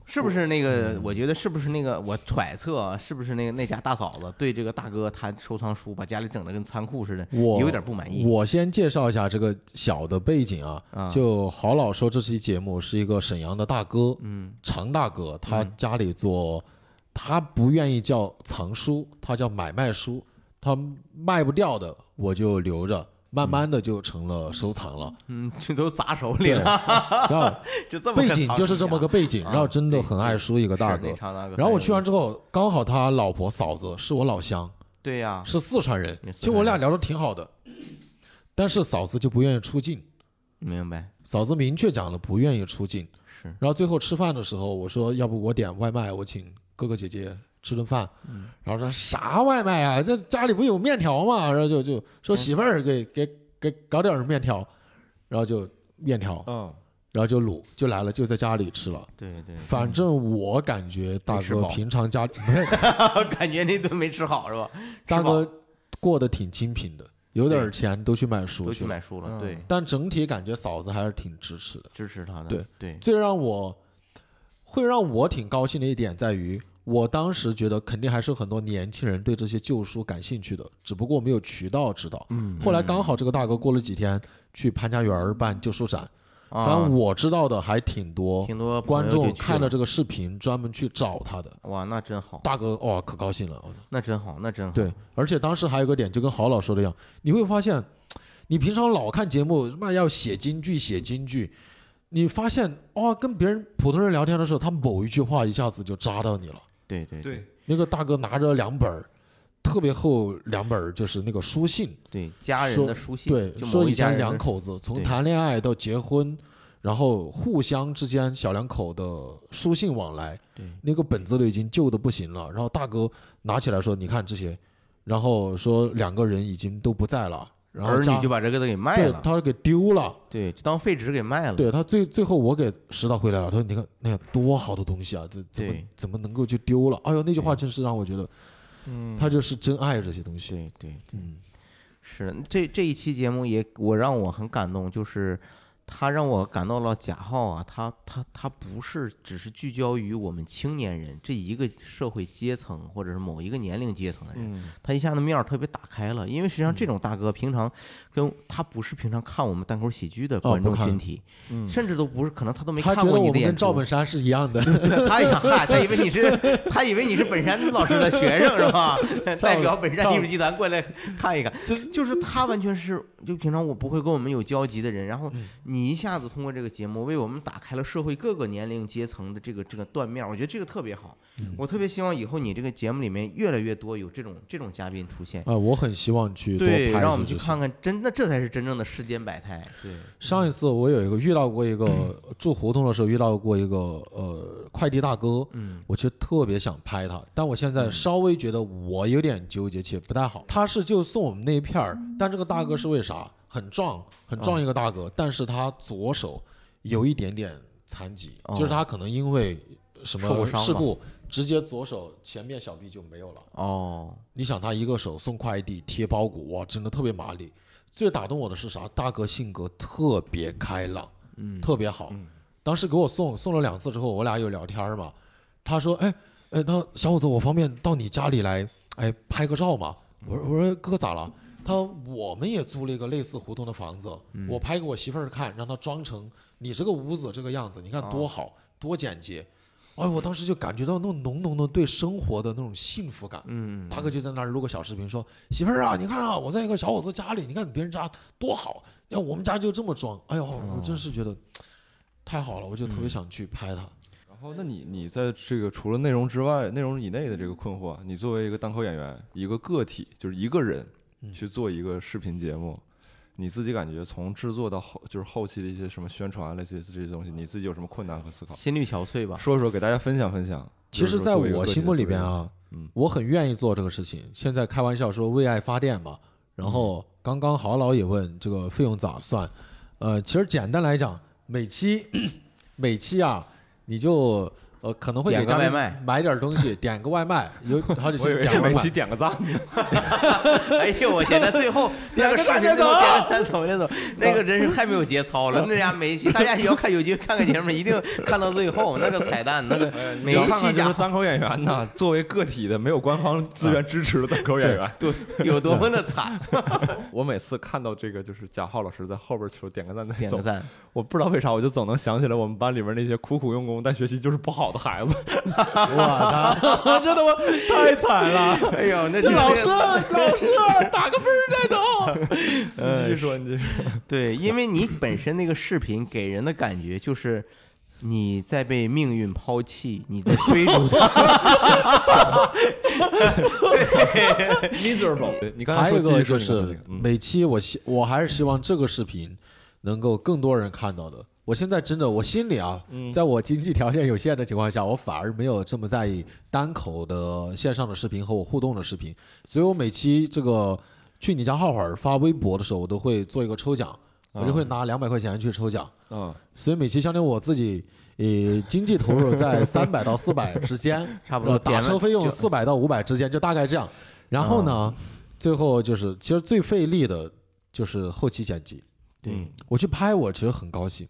[SPEAKER 2] 是不是那
[SPEAKER 3] 嗯
[SPEAKER 2] 个？我觉得是不是那个？我揣测啊是不是那个那家大嫂子对这个大哥他收藏书把家里整的跟仓库似的，
[SPEAKER 3] 我
[SPEAKER 2] 有点不满意。
[SPEAKER 3] 我先介绍一下这个小的背景啊，
[SPEAKER 2] 啊
[SPEAKER 3] 就郝老说这期节目是一个沈阳的大哥，
[SPEAKER 2] 嗯，
[SPEAKER 3] 常大哥，他
[SPEAKER 2] 嗯
[SPEAKER 3] 家里做，他不愿意叫藏书，他叫买卖书，他卖不掉的我就留着，慢慢的就成了收藏了。
[SPEAKER 2] 嗯， 这都砸手里
[SPEAKER 3] 对，
[SPEAKER 2] 了，
[SPEAKER 3] 然后
[SPEAKER 2] 就这么
[SPEAKER 3] 背
[SPEAKER 2] 个
[SPEAKER 3] 景
[SPEAKER 2] 藏
[SPEAKER 3] 就
[SPEAKER 2] 书
[SPEAKER 3] 是
[SPEAKER 2] 啊
[SPEAKER 3] 这么
[SPEAKER 2] 架
[SPEAKER 3] 个背景，
[SPEAKER 2] 啊
[SPEAKER 3] 然后真的很爱书一个大
[SPEAKER 2] 是
[SPEAKER 3] 哥
[SPEAKER 2] 那。常大哥。
[SPEAKER 3] 然后我去完，之后，刚好他老婆嫂子是我老乡，
[SPEAKER 2] 对呀、
[SPEAKER 3] 是四川人
[SPEAKER 2] 啊你，四川人
[SPEAKER 3] 其实我俩聊的挺好的，但是嫂子就不愿意出镜，
[SPEAKER 2] 明白
[SPEAKER 3] 嫂子明确讲了不愿意出镜。
[SPEAKER 2] 是
[SPEAKER 3] 然后最后吃饭的时候，我说要不我点外卖，我请哥哥姐姐吃顿饭。
[SPEAKER 2] 嗯
[SPEAKER 3] 然后说啥外卖啊？这家里不有面条嘛？然后就就
[SPEAKER 2] 嗯
[SPEAKER 3] 说媳妇儿给、给给搞点儿面条，然后就面条，
[SPEAKER 1] 嗯，
[SPEAKER 3] 然后就卤就来了，就在家里吃了。
[SPEAKER 2] 对对，
[SPEAKER 3] 反正我感觉
[SPEAKER 2] 嗯
[SPEAKER 3] 大
[SPEAKER 2] 没吃
[SPEAKER 3] 哥
[SPEAKER 2] 饱
[SPEAKER 3] 平常 家不是
[SPEAKER 2] 感觉那顿没吃好是吧？
[SPEAKER 3] 大
[SPEAKER 2] 吃饱
[SPEAKER 3] 哥过得挺清贫的，有点
[SPEAKER 2] 对
[SPEAKER 3] 儿钱都去买书
[SPEAKER 2] 都去
[SPEAKER 3] 去了。
[SPEAKER 2] 买书了，
[SPEAKER 1] 嗯
[SPEAKER 2] 对，
[SPEAKER 3] 但整体感觉嫂子还是挺支持的。
[SPEAKER 2] 支持他的，
[SPEAKER 3] 对
[SPEAKER 2] 对
[SPEAKER 3] 最让我会让我挺高兴的一点在于，我当时觉得肯定还是很多年轻人对这些旧书感兴趣的，只不过没有渠道知道。
[SPEAKER 1] 嗯
[SPEAKER 3] 后来刚好这个大哥过了几天去潘家园儿办旧书展，反
[SPEAKER 2] 啊，
[SPEAKER 3] 正我知道的还挺多，
[SPEAKER 2] 挺多朋
[SPEAKER 3] 观
[SPEAKER 2] 友
[SPEAKER 3] 众
[SPEAKER 2] 就去
[SPEAKER 3] 看了
[SPEAKER 2] 了，
[SPEAKER 3] 这个视频专门去找他的。
[SPEAKER 2] 哇，那真好，
[SPEAKER 3] 大哥，哇、可高兴了！
[SPEAKER 2] 那真好，那真好，
[SPEAKER 3] 对，而且当时还有个点，就跟郝老说的一样，你会发现，你平常老看节目，妈要写金句，写金句，你发现哦，跟别人普通人聊天的时候，他某一句话一下子就扎到你了。
[SPEAKER 2] 对对
[SPEAKER 4] 对，
[SPEAKER 3] 那个大哥拿着两本儿特别厚两本儿就是那个书信，
[SPEAKER 2] 对，家人
[SPEAKER 3] 说
[SPEAKER 2] 的书信，
[SPEAKER 3] 对，
[SPEAKER 2] 就
[SPEAKER 3] 说
[SPEAKER 2] 某
[SPEAKER 3] 以
[SPEAKER 2] 一家
[SPEAKER 3] 前
[SPEAKER 2] 人的
[SPEAKER 3] 两口子从
[SPEAKER 2] 对
[SPEAKER 3] 谈恋爱到结婚，然后互相之间小两口的书信往来
[SPEAKER 2] 对，
[SPEAKER 3] 那个本子都已经旧的不行了。然后大哥拿起来说：“你看这些。”然后说两个人已经都不在了，然后
[SPEAKER 2] 儿
[SPEAKER 3] 家
[SPEAKER 2] 女就把这个给卖
[SPEAKER 3] 对
[SPEAKER 2] 了，嗯
[SPEAKER 3] 他给丢了。
[SPEAKER 2] 对，就当废纸给卖了，
[SPEAKER 3] 对他最最后我给拾掇回来了，他说你看那看多好的东西啊，这怎么
[SPEAKER 2] 对
[SPEAKER 3] 怎么能够就丢了？哎呦，那句话真是让我觉得，
[SPEAKER 1] 嗯
[SPEAKER 3] 他就是真爱这些东西。
[SPEAKER 2] 对对
[SPEAKER 3] 嗯，
[SPEAKER 2] 是的，这这一期节目也我让我很感动，就是他让我感到了贾浩啊，他他他不是只是聚焦于我们青年人这一个社会阶层或者是某一个年龄阶层的人，
[SPEAKER 1] 嗯
[SPEAKER 2] 他一下子面儿特别打开了，因为实际上
[SPEAKER 3] 嗯
[SPEAKER 2] 这种大哥平常跟他不是平常看我们单口喜剧的
[SPEAKER 3] 哦
[SPEAKER 2] 观
[SPEAKER 3] 不
[SPEAKER 2] 众
[SPEAKER 3] 看
[SPEAKER 2] 群体，
[SPEAKER 1] 嗯
[SPEAKER 2] 甚至都不是可能他都没
[SPEAKER 3] 他
[SPEAKER 2] 看
[SPEAKER 3] 觉得
[SPEAKER 2] 过你
[SPEAKER 3] 我
[SPEAKER 2] 的
[SPEAKER 3] 们
[SPEAKER 2] 演
[SPEAKER 3] 跟赵
[SPEAKER 2] 出
[SPEAKER 3] 本，山是一样的，
[SPEAKER 2] 对他也想嗨，他以为你是他以为你是本山老师的学生是吧？ 代表本山艺术集团过来看一看，就就是他完全是就平常我不会跟我们有交集的人，然后
[SPEAKER 3] 嗯
[SPEAKER 2] 你一下子通过这个节目为我们打开了社会各个年龄阶层的这个这个断面儿，我觉得这个特别好，
[SPEAKER 3] 嗯
[SPEAKER 2] 我特别希望以后你这个节目里面越来越多有这种这种嘉宾出现。
[SPEAKER 3] 啊，我很希望去多拍
[SPEAKER 2] 对，
[SPEAKER 3] 一
[SPEAKER 2] 让我
[SPEAKER 3] 些
[SPEAKER 2] 们去
[SPEAKER 3] 这些
[SPEAKER 2] 看看，真的这才是真正的世间百态。对，
[SPEAKER 3] 上一次我有一个遇到过一个 住胡同的时候遇到过一个呃快递大哥，
[SPEAKER 2] 嗯，
[SPEAKER 3] 我其实特别想拍他，但我现在稍微觉得我有点纠结，且不太
[SPEAKER 2] 嗯
[SPEAKER 3] 好。他是就送我们那一片儿，但这个大哥是为啥？很壮，很壮一个大哥，但是他左手有一点点残疾，
[SPEAKER 2] 嗯哦
[SPEAKER 3] 就是他可能因为什
[SPEAKER 2] 受过
[SPEAKER 3] 么
[SPEAKER 2] 伤吧
[SPEAKER 3] 事故，直接左手前面小臂就没有了。
[SPEAKER 2] 哦，
[SPEAKER 3] 你想他一个手送快递、贴包裹，哇，真的特别麻利。最打动我的是啥？大哥性格特别开朗，
[SPEAKER 2] 嗯，
[SPEAKER 3] 特别好。当时给我送送了两次之后，我俩有聊天儿嘛。他说：“哎，哎，他小伙子，我方便到你家里来，哎，拍个照嘛。”我说：“我说哥咋了？”他说我们也租了一个类似胡同的房子，
[SPEAKER 2] 嗯
[SPEAKER 3] 我拍给我媳妇儿看，让她装成你这个屋子这个样子，你看
[SPEAKER 2] 哦
[SPEAKER 3] 多好，多简洁。哎，我当时就感觉到那种浓浓的对生活的那种幸福感。
[SPEAKER 2] 嗯，
[SPEAKER 3] 大哥就在那儿录个小视频说，媳妇儿啊，你看啊，我在一个小伙子家里，你看别人家多好，要我们家就这么装，哎
[SPEAKER 2] 哦
[SPEAKER 3] 呦，我真是觉得太好了，我就特
[SPEAKER 2] 嗯
[SPEAKER 3] 别想去拍他。
[SPEAKER 1] 然后，哦那你你在这个除了内容之外，内容以内的这个困惑，啊你作为一个单口演员，一个个体，就是一个人去做一个视频节目，你自己感觉从制作到后，就是后期的一些什么宣传啊类似于这些东西，你自己有什么困难和思考？
[SPEAKER 2] 心力 憔悴吧。
[SPEAKER 1] 说说给大家分享分享。
[SPEAKER 3] 其实，在我心目里边
[SPEAKER 1] 边，
[SPEAKER 3] 啊
[SPEAKER 1] 嗯，
[SPEAKER 3] 我很愿意做这个事情。现在开玩笑说为爱发电嘛，然
[SPEAKER 2] 嗯
[SPEAKER 3] 后刚刚郝老也问这个费用咋算，呃，其实简单来讲，每期 每期啊，你就呃可能会
[SPEAKER 2] 点
[SPEAKER 3] 给
[SPEAKER 2] 个
[SPEAKER 3] 家里
[SPEAKER 2] 外卖
[SPEAKER 3] 买点东西，点个外卖，有 好几期
[SPEAKER 1] 我 以为
[SPEAKER 3] 点个外
[SPEAKER 1] 每
[SPEAKER 3] 卖
[SPEAKER 1] 期。点个赞呢。
[SPEAKER 2] 哎呦，我天！那最后那个视频最后点个三 走那走，那个真是太没有节操了。那家每一期，大家也要看有机会看看节目，一定看到最后那个彩蛋，那个每一
[SPEAKER 1] 看
[SPEAKER 2] 期
[SPEAKER 1] 看就是
[SPEAKER 2] 讲
[SPEAKER 1] 单口演员呐，作为个体的没有官方 资源支持的单口演员，对，
[SPEAKER 2] 有多么的惨。
[SPEAKER 1] 我每次看到这个就是贾浩老师在后边求点个赞再
[SPEAKER 2] 点
[SPEAKER 1] 走
[SPEAKER 2] 个，赞，
[SPEAKER 1] 我不知道为啥，我就总能想起来我们班里边那些苦苦用功但学习就是不好的孩子。
[SPEAKER 3] 我操！
[SPEAKER 1] 真的吗？太惨了！
[SPEAKER 2] 哎呦，那老师
[SPEAKER 1] 老 师，打个分再 走。你继续说，你继续说。
[SPEAKER 2] 对，因为你本身那个视频给人的感觉就是。你在被命运抛弃，你在追逐他。
[SPEAKER 1] Miserable，你刚
[SPEAKER 3] 还
[SPEAKER 1] 才
[SPEAKER 3] 有
[SPEAKER 1] 说
[SPEAKER 3] 一
[SPEAKER 1] 继续
[SPEAKER 3] 个
[SPEAKER 1] 说
[SPEAKER 3] 就
[SPEAKER 1] 你刚才那
[SPEAKER 3] 是
[SPEAKER 1] 个嗯
[SPEAKER 3] 每期我希我还是希望这个视频能够更多人看到的。我现在真的，我心里啊，
[SPEAKER 1] 嗯
[SPEAKER 3] 在我经济条件有限的情况下，我反而没有这么在意单口的线上的视频和我互动的视频，所以我每期这个去你家浩会儿发微博的时候，我都会做一个抽奖，我就会拿两百块钱去抽奖。
[SPEAKER 1] 啊嗯，
[SPEAKER 3] 所以每期相当于我自己，呃，经济投入在三百到四百之间，
[SPEAKER 2] 差不多
[SPEAKER 3] 呃打车费用四百到五百之间，就大概这样。然后呢，
[SPEAKER 2] 嗯
[SPEAKER 3] 最后就是其实最费力的就是后期剪辑。
[SPEAKER 1] 对，
[SPEAKER 2] 嗯
[SPEAKER 3] 我去拍，我其实很高兴，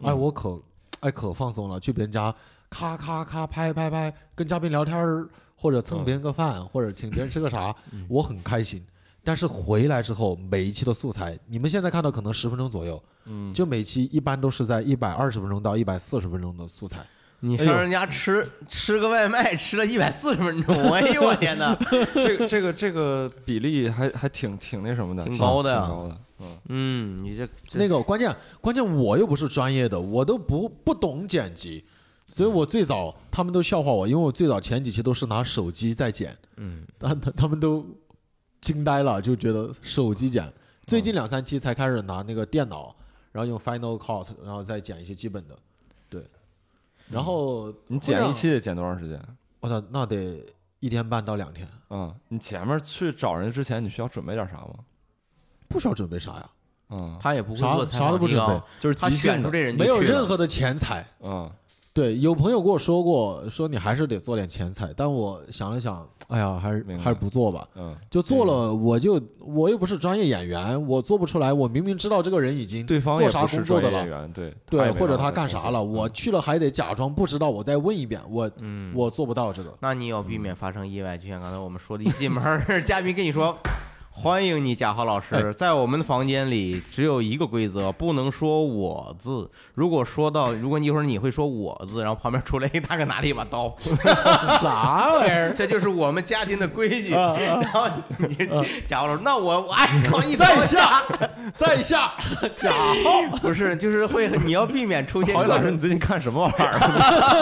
[SPEAKER 3] 哎，我可哎可放松了，去别人家咔咔咔拍拍拍，跟嘉宾聊天儿，或者
[SPEAKER 2] 嗯
[SPEAKER 3] 蹭别人个饭，或者请别人吃个啥，我很开心。但是回来之后，每一期的素材，你们现在看到可能十分钟左右，
[SPEAKER 1] 嗯，
[SPEAKER 3] 就每期一般都是在一百二十分钟到一百四十分钟的素材。
[SPEAKER 2] 你
[SPEAKER 3] 哎
[SPEAKER 2] 上
[SPEAKER 3] 呦
[SPEAKER 2] 人家吃、吃个外卖，吃了一百四十分 钟，哎呦我天哪！
[SPEAKER 1] 这个这个这个比例还还挺挺那什么的，
[SPEAKER 2] 挺
[SPEAKER 1] 挺
[SPEAKER 2] 高的呀
[SPEAKER 1] 挺高的，嗯，
[SPEAKER 2] 嗯，你这这
[SPEAKER 3] 那个关键关键我又不是专业的，我都不不懂剪辑，所以我最早他们都笑话我，因为我最早前几期都是拿手机在剪，
[SPEAKER 2] 嗯，
[SPEAKER 3] 他他他们都惊呆了，就觉得手机
[SPEAKER 2] 嗯
[SPEAKER 3] 剪。最近两三期才开始拿那个电脑，然后用 Final Cut，然后再剪一些基本的，对。
[SPEAKER 2] 嗯
[SPEAKER 3] 然后
[SPEAKER 1] 你
[SPEAKER 3] 会
[SPEAKER 1] 剪
[SPEAKER 3] 让
[SPEAKER 1] 一，期得剪多长时间？
[SPEAKER 3] 我操，那得一天半到两天，
[SPEAKER 1] 啊、你前面去找人之前，你需要准备点啥吗？
[SPEAKER 3] 不需要准备啥呀，
[SPEAKER 1] 啊、
[SPEAKER 2] 他也不会
[SPEAKER 3] 啥
[SPEAKER 2] 做采
[SPEAKER 3] 啥
[SPEAKER 2] 访
[SPEAKER 3] 都不
[SPEAKER 2] 提
[SPEAKER 3] 准
[SPEAKER 2] 纲
[SPEAKER 3] 备，
[SPEAKER 1] 就是
[SPEAKER 2] 他
[SPEAKER 1] 即兴
[SPEAKER 2] 选出
[SPEAKER 1] 的，
[SPEAKER 2] 这人就
[SPEAKER 3] 没有
[SPEAKER 2] 去了
[SPEAKER 3] 任何的钱财。
[SPEAKER 1] 啊、
[SPEAKER 3] 对，有朋友跟我说过，说你还是得做点前菜，但我想了想，哎呀，还是
[SPEAKER 1] 明白
[SPEAKER 3] 还是不做吧。
[SPEAKER 1] 嗯，
[SPEAKER 3] 就做了，我就我又不是专业演员，我做不出来。我明明知道这个人已经
[SPEAKER 1] 对方
[SPEAKER 3] 做
[SPEAKER 1] 也
[SPEAKER 3] 啥
[SPEAKER 1] 不是
[SPEAKER 3] 工作
[SPEAKER 1] 专
[SPEAKER 3] 的
[SPEAKER 1] 业演
[SPEAKER 3] 了，
[SPEAKER 1] 员，对他也
[SPEAKER 3] 对，
[SPEAKER 1] 没
[SPEAKER 3] 或者
[SPEAKER 1] 办法
[SPEAKER 3] 他干
[SPEAKER 1] 重
[SPEAKER 3] 啥
[SPEAKER 1] 新
[SPEAKER 3] 了，我去了还得假装不知道，我再问一遍，我
[SPEAKER 2] 嗯，
[SPEAKER 3] 我做不到 这个。
[SPEAKER 2] 那你要避免发生意外，就像刚才我们说的，一进门儿 嘉宾跟你说。欢迎你，贾浩老师。
[SPEAKER 3] 哎
[SPEAKER 2] 在我们的房间里，只有一个规则，不能说“我”字。如果说到，如果你一会儿你会说“我”字，然后旁边出来一大哥拿了一把刀，
[SPEAKER 3] 啥玩意儿？
[SPEAKER 2] 这就是我们家庭的规矩。
[SPEAKER 3] 啊
[SPEAKER 2] 然后你贾浩老师，那我我按照一刀下，
[SPEAKER 3] 在下假 号，
[SPEAKER 2] 不是，就是会你要避免出现
[SPEAKER 4] 郝宇老师，
[SPEAKER 2] 各种
[SPEAKER 4] 你最近看什么玩意儿？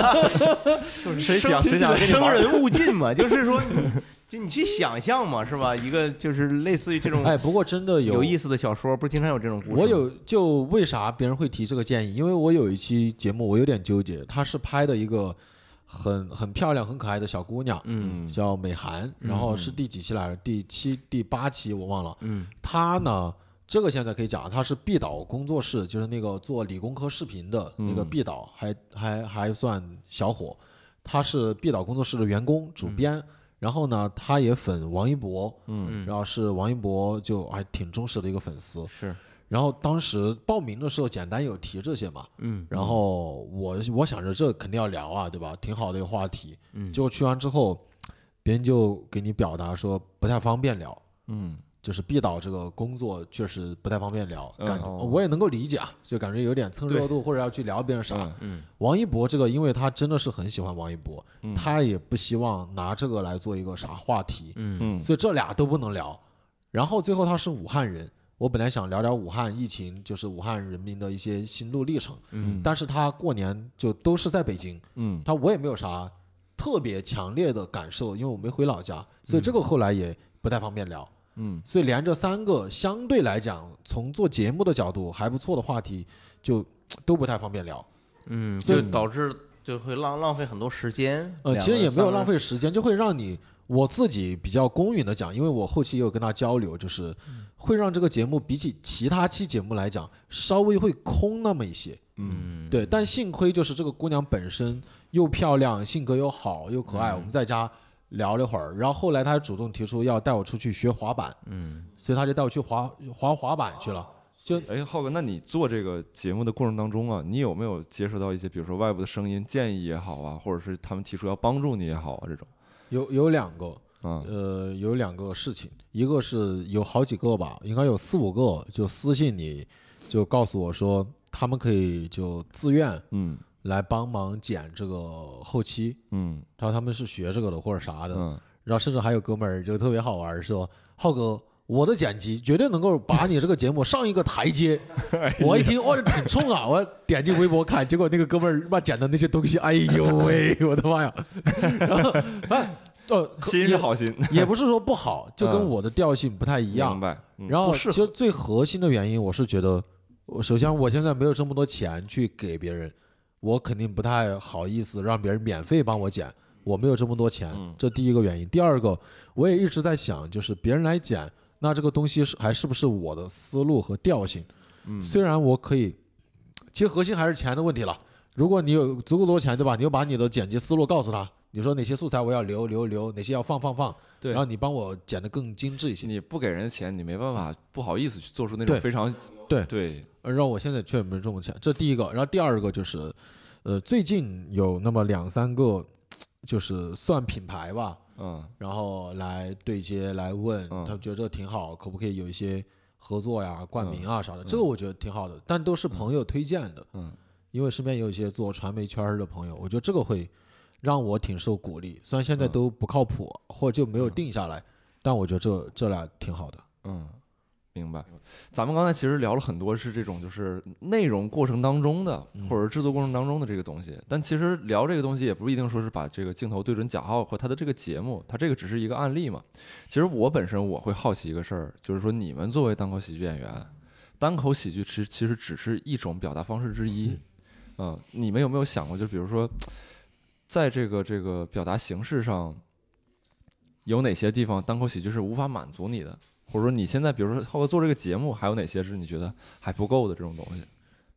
[SPEAKER 2] 就是
[SPEAKER 4] 谁
[SPEAKER 2] 生
[SPEAKER 4] 想谁想跟你
[SPEAKER 2] 生
[SPEAKER 4] 玩儿
[SPEAKER 2] 人勿近 嘛，就是说你就你去想象嘛，是吧？一个就是类似于这种
[SPEAKER 3] 哎，不过真的
[SPEAKER 2] 有
[SPEAKER 3] 有
[SPEAKER 2] 意思的小说，不是经常有这种故事吗？
[SPEAKER 3] 我有就为啥别人会提这个建议？因为我有一期节目我有点纠结，她是拍的一个很很漂亮、很可爱的小姑娘，
[SPEAKER 2] 嗯
[SPEAKER 3] 叫美涵，然后是第几期来着？第七、第八期我忘了。
[SPEAKER 2] 嗯
[SPEAKER 3] 她呢，这个现在可以讲，她是毕导工作室，就是那个做理工科视频的那
[SPEAKER 2] 嗯
[SPEAKER 3] 个毕导，还还还算小伙。她是毕导工作室的员工、主编，然后呢，她也粉王一博，
[SPEAKER 2] 嗯
[SPEAKER 3] 然后是王一博就还挺忠实的一个粉丝。
[SPEAKER 2] 是
[SPEAKER 3] 然后当时报名的时候，简单有提这些嘛，
[SPEAKER 2] 嗯
[SPEAKER 3] 然后我我想着这肯定要聊啊，对吧？挺好的一个话题。
[SPEAKER 2] 嗯
[SPEAKER 3] 结果去完之后，别人就给你表达说不太方便聊，
[SPEAKER 1] 嗯，
[SPEAKER 3] 就是毕导这个工作确实不太方便聊，
[SPEAKER 1] 嗯
[SPEAKER 3] 感觉、
[SPEAKER 2] 哦
[SPEAKER 3] 我也能够理解啊，就感觉有点蹭热度或者要去聊别人啥。
[SPEAKER 1] 嗯
[SPEAKER 2] 嗯
[SPEAKER 3] 王一博这个，因为他真的是很喜欢王一博，
[SPEAKER 1] 嗯
[SPEAKER 3] 他也不希望拿这个来做一个啥话题，
[SPEAKER 2] 嗯
[SPEAKER 1] 嗯
[SPEAKER 3] 所以这俩都不能聊。然后最后他是武汉人，我本来想聊聊武汉疫情，就是武汉人民的一些心路历程，
[SPEAKER 2] 嗯
[SPEAKER 3] 但是他过年就都是在北京，
[SPEAKER 1] 嗯
[SPEAKER 3] 他我也没有啥特别强烈的感受，因为我没回老家，所以这个后来也不太方便聊。
[SPEAKER 1] 嗯
[SPEAKER 3] 所以连着三个相对来讲，从做节目的角度还不错的话题，就都不太方便聊。
[SPEAKER 2] 嗯，
[SPEAKER 3] 所
[SPEAKER 2] 就
[SPEAKER 3] 以
[SPEAKER 2] 导致就会浪浪费很多时间。
[SPEAKER 3] 呃，
[SPEAKER 2] 两
[SPEAKER 3] 其实
[SPEAKER 2] 个
[SPEAKER 3] 也没有
[SPEAKER 2] 三个
[SPEAKER 3] 浪费时间，就会让你我自己比较公允的讲，因为我后期也有跟他交流，就是会让这个节目比起其他期节目来讲，稍微会空那么一些。
[SPEAKER 1] 嗯
[SPEAKER 3] 对，但幸亏就是这个姑娘本身又漂亮，性格又好，又可爱，我们在家聊了一会儿，然后后来她还主动提出要带我出去学滑板，
[SPEAKER 2] 嗯
[SPEAKER 3] 所以她就带我去滑滑滑板去了。就
[SPEAKER 1] 哎，浩哥，那你做这个节目的过程当中啊，你有没有接受到一些，比如说外部的声音、建议也好啊，或者是他们提出要帮助你也好啊，这种
[SPEAKER 3] 有有两个，
[SPEAKER 1] 啊，
[SPEAKER 3] 呃，有两个事情，一个是有好几个吧，应该有四五个，就私信你，就告诉我说他们可以就自愿
[SPEAKER 1] 嗯
[SPEAKER 3] 来帮忙剪这个后期，
[SPEAKER 1] 嗯
[SPEAKER 3] 然后他们是学这个的或者啥的，
[SPEAKER 1] 嗯，
[SPEAKER 3] 然后甚至还有哥们儿就特别好玩儿，说浩哥。我的剪辑绝对能够把你这个节目上一个台阶，我已经我挺冲啊！我点进微博看，结果那个哥们儿妈剪的那些东西，哎呦喂，我的妈呀！然后，哎，呃，可
[SPEAKER 1] 心
[SPEAKER 3] 也
[SPEAKER 1] 是好心，
[SPEAKER 3] 也不是说不好，就跟我的调性不太一样
[SPEAKER 1] 明。白？嗯
[SPEAKER 3] 然后，
[SPEAKER 1] 不适
[SPEAKER 3] 其
[SPEAKER 1] 合
[SPEAKER 3] 实最核心的原因，我是觉得，我首先我现在没有这么多钱去给别人，我肯定不太好意思让别人免费帮我剪，我没有这么多钱，
[SPEAKER 1] 嗯
[SPEAKER 3] 这第一个原因。第二个，我也一直在想，就是别人来剪，那这个东西是还是不是我的思路和调性？
[SPEAKER 1] 嗯
[SPEAKER 3] 虽然我可以，其实核心还是钱的问题了。如果你有足够多钱，对吧？你就把你的剪辑思路告诉他，你说哪些素材我要留留留，哪些要放放放，
[SPEAKER 1] 对
[SPEAKER 3] 然后你帮我剪得更精致一些。
[SPEAKER 1] 你不给人钱，你没办法，不好意思去做出那种
[SPEAKER 3] 对
[SPEAKER 1] 非常
[SPEAKER 3] 对
[SPEAKER 1] 对，
[SPEAKER 3] 而让我现在却没这么钱，这第一个。然后第二个就是，呃，最近有那么两三个，就是算品牌吧，
[SPEAKER 1] 嗯
[SPEAKER 3] 然后来对接来问，
[SPEAKER 1] 嗯
[SPEAKER 3] 他们觉得这挺好，可不可以有一些合作呀、冠名啊啥的，这个我觉得挺好的，但都是朋友推荐的，
[SPEAKER 1] 嗯
[SPEAKER 3] 因为身边有一些做传媒圈儿的朋友，我觉得这个会让我挺受鼓励，虽然现
[SPEAKER 1] 嗯
[SPEAKER 3] 在都不靠谱或者就没有定下来，但我觉得这这俩挺好的。
[SPEAKER 1] 嗯，明白。咱们刚才其实聊了很多是这种就是内容过程当中的，或者制作过程当中的这个东西，但其实聊这个东西也不一定说是把这个镜头对准贾浩和他的这个节目，他这个只是一个案例嘛。其实我本身我会好奇一个事儿，就是说你们作为单口喜剧演员，单口喜剧其实其实只是一种表达方式之一。嗯，你们有没有想过，就比如说，在这个这个表达形式上，有哪些地方单口喜剧是无法满足你的？或者说你现在，比如说浩哥做这个节目，还有哪些是你觉得还不够的这种东西？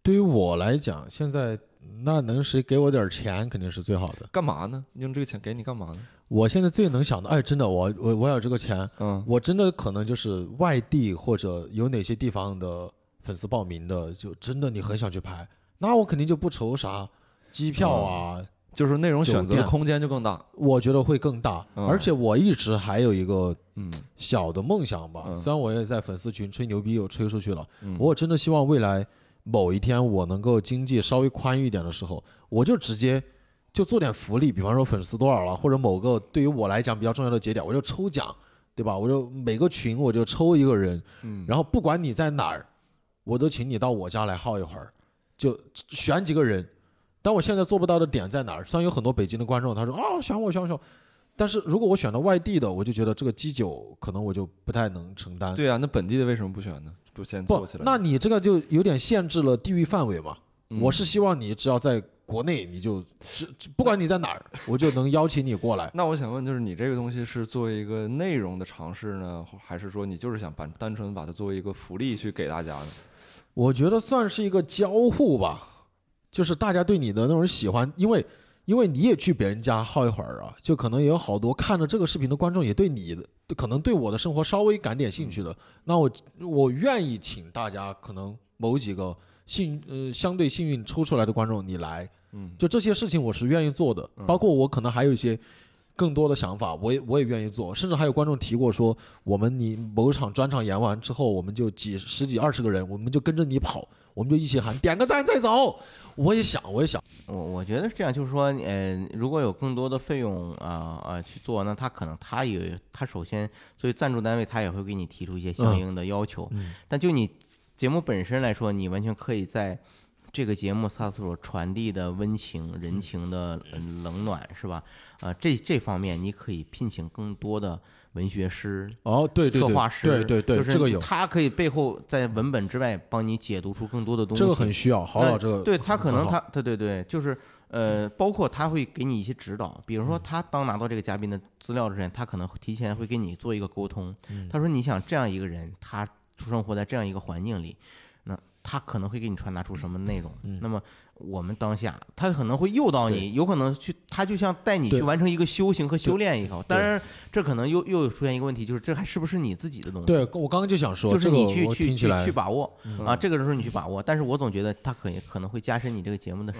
[SPEAKER 3] 对于我来讲，现在那能谁给我点儿钱肯定是最好的。
[SPEAKER 1] 干嘛呢？用这个钱给你干嘛呢？
[SPEAKER 3] 我现在最能想到，哎，真的，我我我有这个钱，
[SPEAKER 1] 嗯
[SPEAKER 3] 我真的可能就是外地或者有哪些地方的粉丝报名的，就真的你很想去拍，那我肯定就不愁啥机票啊，
[SPEAKER 1] 就是内容选
[SPEAKER 3] 酒
[SPEAKER 1] 择的
[SPEAKER 3] 店
[SPEAKER 1] 空间就更大。
[SPEAKER 3] 我觉得会更大。
[SPEAKER 1] 嗯
[SPEAKER 3] 而且我一直还有一个
[SPEAKER 1] 嗯
[SPEAKER 3] 小的梦想吧，
[SPEAKER 1] 嗯
[SPEAKER 3] 虽然我也在粉丝群吹牛逼又吹出去了，
[SPEAKER 1] 嗯
[SPEAKER 3] 我真的希望未来某一天我能够经济稍微宽裕一点的时候，我就直接就做点福利，比方说粉丝多少了，或者某个对于我来讲比较重要的节点，我就抽奖，对吧？我就每个群我就抽一个人，
[SPEAKER 1] 嗯
[SPEAKER 3] 然后不管你在哪儿，我都请你到我家来耗一会儿，就选几个人。但我现在做不到的点在哪儿？虽然有很多北京的观众，他说啊选我选我选我，但是如果我选到外地的，我就觉得这个基酒可能我就不太能承担。
[SPEAKER 1] 对啊，那本地的为什么不选呢？不先
[SPEAKER 3] 嗯不
[SPEAKER 1] 做起，来？
[SPEAKER 3] 那你这个就有点限制了地域范围嘛。
[SPEAKER 1] 嗯
[SPEAKER 3] 我是希望你只要在国内，你就只只不管你在哪儿，我就能邀请你过来。
[SPEAKER 1] 那我想问，就是你这个东西是作为一个内容的尝试呢，或还是说你就是想把单纯把它作为一个福利去给大家呢？
[SPEAKER 3] 我觉得算是一个交互吧，就是大家对你的那种喜欢，因为因为你也去别人家耗一会儿啊，就可能也有好多看着这个视频的观众也对你的，可能对我的生活稍微感点兴趣的，那我我愿意请大家可能某几个幸呃相对幸运抽出来的观众你来，
[SPEAKER 1] 嗯
[SPEAKER 3] 就这些事情我是愿意做的，包括我可能还有一些更多的想法，我也我也愿意做，甚至还有观众提过说，我们你某场专场演完之后，我们就几十几二十个人，我们就跟着你跑，我们就一起喊点个赞再走。我也想，我也想，
[SPEAKER 2] 我呃我觉得是这样，就是说，呃，如果有更多的费用啊啊、去做，那他可能他也他首先作为赞助单位，他也会给你提出一些相
[SPEAKER 3] 嗯
[SPEAKER 2] 应的要求。
[SPEAKER 3] 嗯
[SPEAKER 2] 但就你节目本身来说，你完全可以在这个节目它所传递的温情、人情的呃冷暖，是吧？啊、这这方面你可以聘请更多的文学师、
[SPEAKER 3] 哦，对对
[SPEAKER 2] 策
[SPEAKER 3] 对，
[SPEAKER 2] 划师，
[SPEAKER 3] 对对对，
[SPEAKER 2] 就是
[SPEAKER 3] 这个有，
[SPEAKER 2] 他可以背后在文本之外帮你解读出更多的东西。
[SPEAKER 3] 这个很需要。郝
[SPEAKER 2] 那
[SPEAKER 3] 老这个
[SPEAKER 2] 对他可
[SPEAKER 3] 很
[SPEAKER 2] 能
[SPEAKER 3] 好
[SPEAKER 2] 他对对对，就是呃，包括他会给你一些指导，比如
[SPEAKER 3] 嗯
[SPEAKER 2] 说他当拿到这个嘉宾的资料之前，他可能提前会跟你做一个沟通。
[SPEAKER 3] 嗯
[SPEAKER 2] 他说你想这样一个人，他出生活在这样一个环境里，那他可能会给你传达出什么内容？
[SPEAKER 3] 嗯
[SPEAKER 2] 那么我们当下，他可能会诱导你，有可能去，他就像带你
[SPEAKER 3] 对
[SPEAKER 2] 去完成一个修行和修炼一样。当然，这可能又又有出现一个问题，就是这还是不是你自己的东西？
[SPEAKER 3] 对，我刚刚就想说，
[SPEAKER 2] 就是
[SPEAKER 3] 这个
[SPEAKER 2] 你去
[SPEAKER 3] 我
[SPEAKER 2] 去
[SPEAKER 3] 听起
[SPEAKER 2] 去
[SPEAKER 3] 来
[SPEAKER 2] 去把握
[SPEAKER 1] 嗯
[SPEAKER 2] 啊，这个时候你去把握。但是我总觉得它可以可能会加深你这个节目
[SPEAKER 3] 嗯
[SPEAKER 2] 的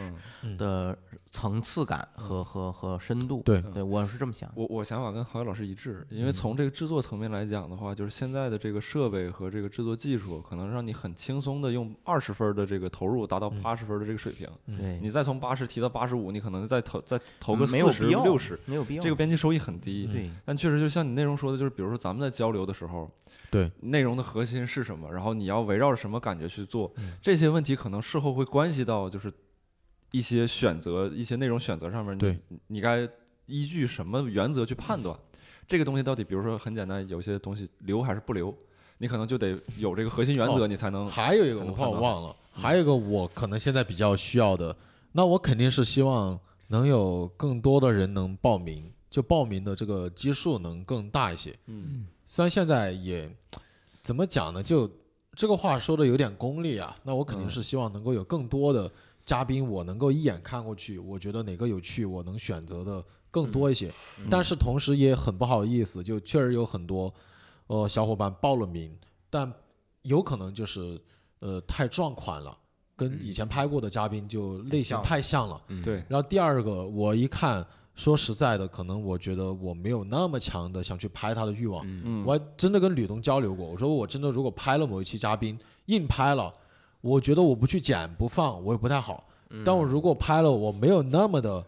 [SPEAKER 2] 的层次感和和和深度。
[SPEAKER 3] 对
[SPEAKER 2] 对，我是这么想。
[SPEAKER 1] 我我想法跟郝宇老师一致，因
[SPEAKER 3] 嗯
[SPEAKER 1] 为从这个制作层面来讲的话，就是现在的这个设备和这个制作技术，可能让你很轻松的用二十分儿的这个投入达
[SPEAKER 3] 嗯
[SPEAKER 1] 到八十分儿的这个水平，
[SPEAKER 2] 对，
[SPEAKER 1] 你再从八十提到八十五，你可能再投再投个
[SPEAKER 2] 嗯没有
[SPEAKER 1] 四十
[SPEAKER 2] 必要，
[SPEAKER 1] 六十，
[SPEAKER 2] 没有必要。嗯
[SPEAKER 1] 这个编辑收益很低。
[SPEAKER 2] 对
[SPEAKER 1] 但确实就像你内容说的，就是比如说咱们在交流的时候，
[SPEAKER 3] 对
[SPEAKER 1] 内容的核心是什么，然后你要围绕着什么感觉去做，
[SPEAKER 2] 嗯
[SPEAKER 1] 这些问题可能事后会关系到就是一些选择、一些内容选择上面，你
[SPEAKER 3] 对
[SPEAKER 1] 你该依据什么原则去判断这个东西到底，比如说很简单，有些东西留还是不留，你可能就得有这个核心原则，
[SPEAKER 3] 哦
[SPEAKER 1] 你才
[SPEAKER 2] 嗯
[SPEAKER 1] 能
[SPEAKER 3] 还有一个
[SPEAKER 1] 才能
[SPEAKER 3] 我怕我
[SPEAKER 1] 看到
[SPEAKER 3] 忘了，还有一个我可能现在比较需要的，那我肯定是希望能有更多的人能报名，就报名的这个基数能更大一些。
[SPEAKER 1] 嗯
[SPEAKER 3] 虽然现在也怎么讲呢，就这个话说的有点功利啊，那我肯定
[SPEAKER 1] 嗯
[SPEAKER 3] 是希望能够有更多的嘉宾，我能够一眼看过去，我觉得哪个有趣，我能选择的更多一些。但是同时也很不好意思，就确实有很多呃小伙伴报了名，但有可能就是呃太壮观了。跟以前拍过的嘉宾就类型太像了。
[SPEAKER 2] 嗯
[SPEAKER 1] 对，
[SPEAKER 3] 然后第二个，我一看，说实在的，可能我觉得我没有那么强的想去拍他的欲望。
[SPEAKER 2] 嗯
[SPEAKER 1] 嗯，
[SPEAKER 3] 我还真的跟吕东交流过，我说我真的如果拍了某一期嘉宾，硬拍了，我觉得我不去剪不放，我也不太好。但我如果拍了，我没有那么的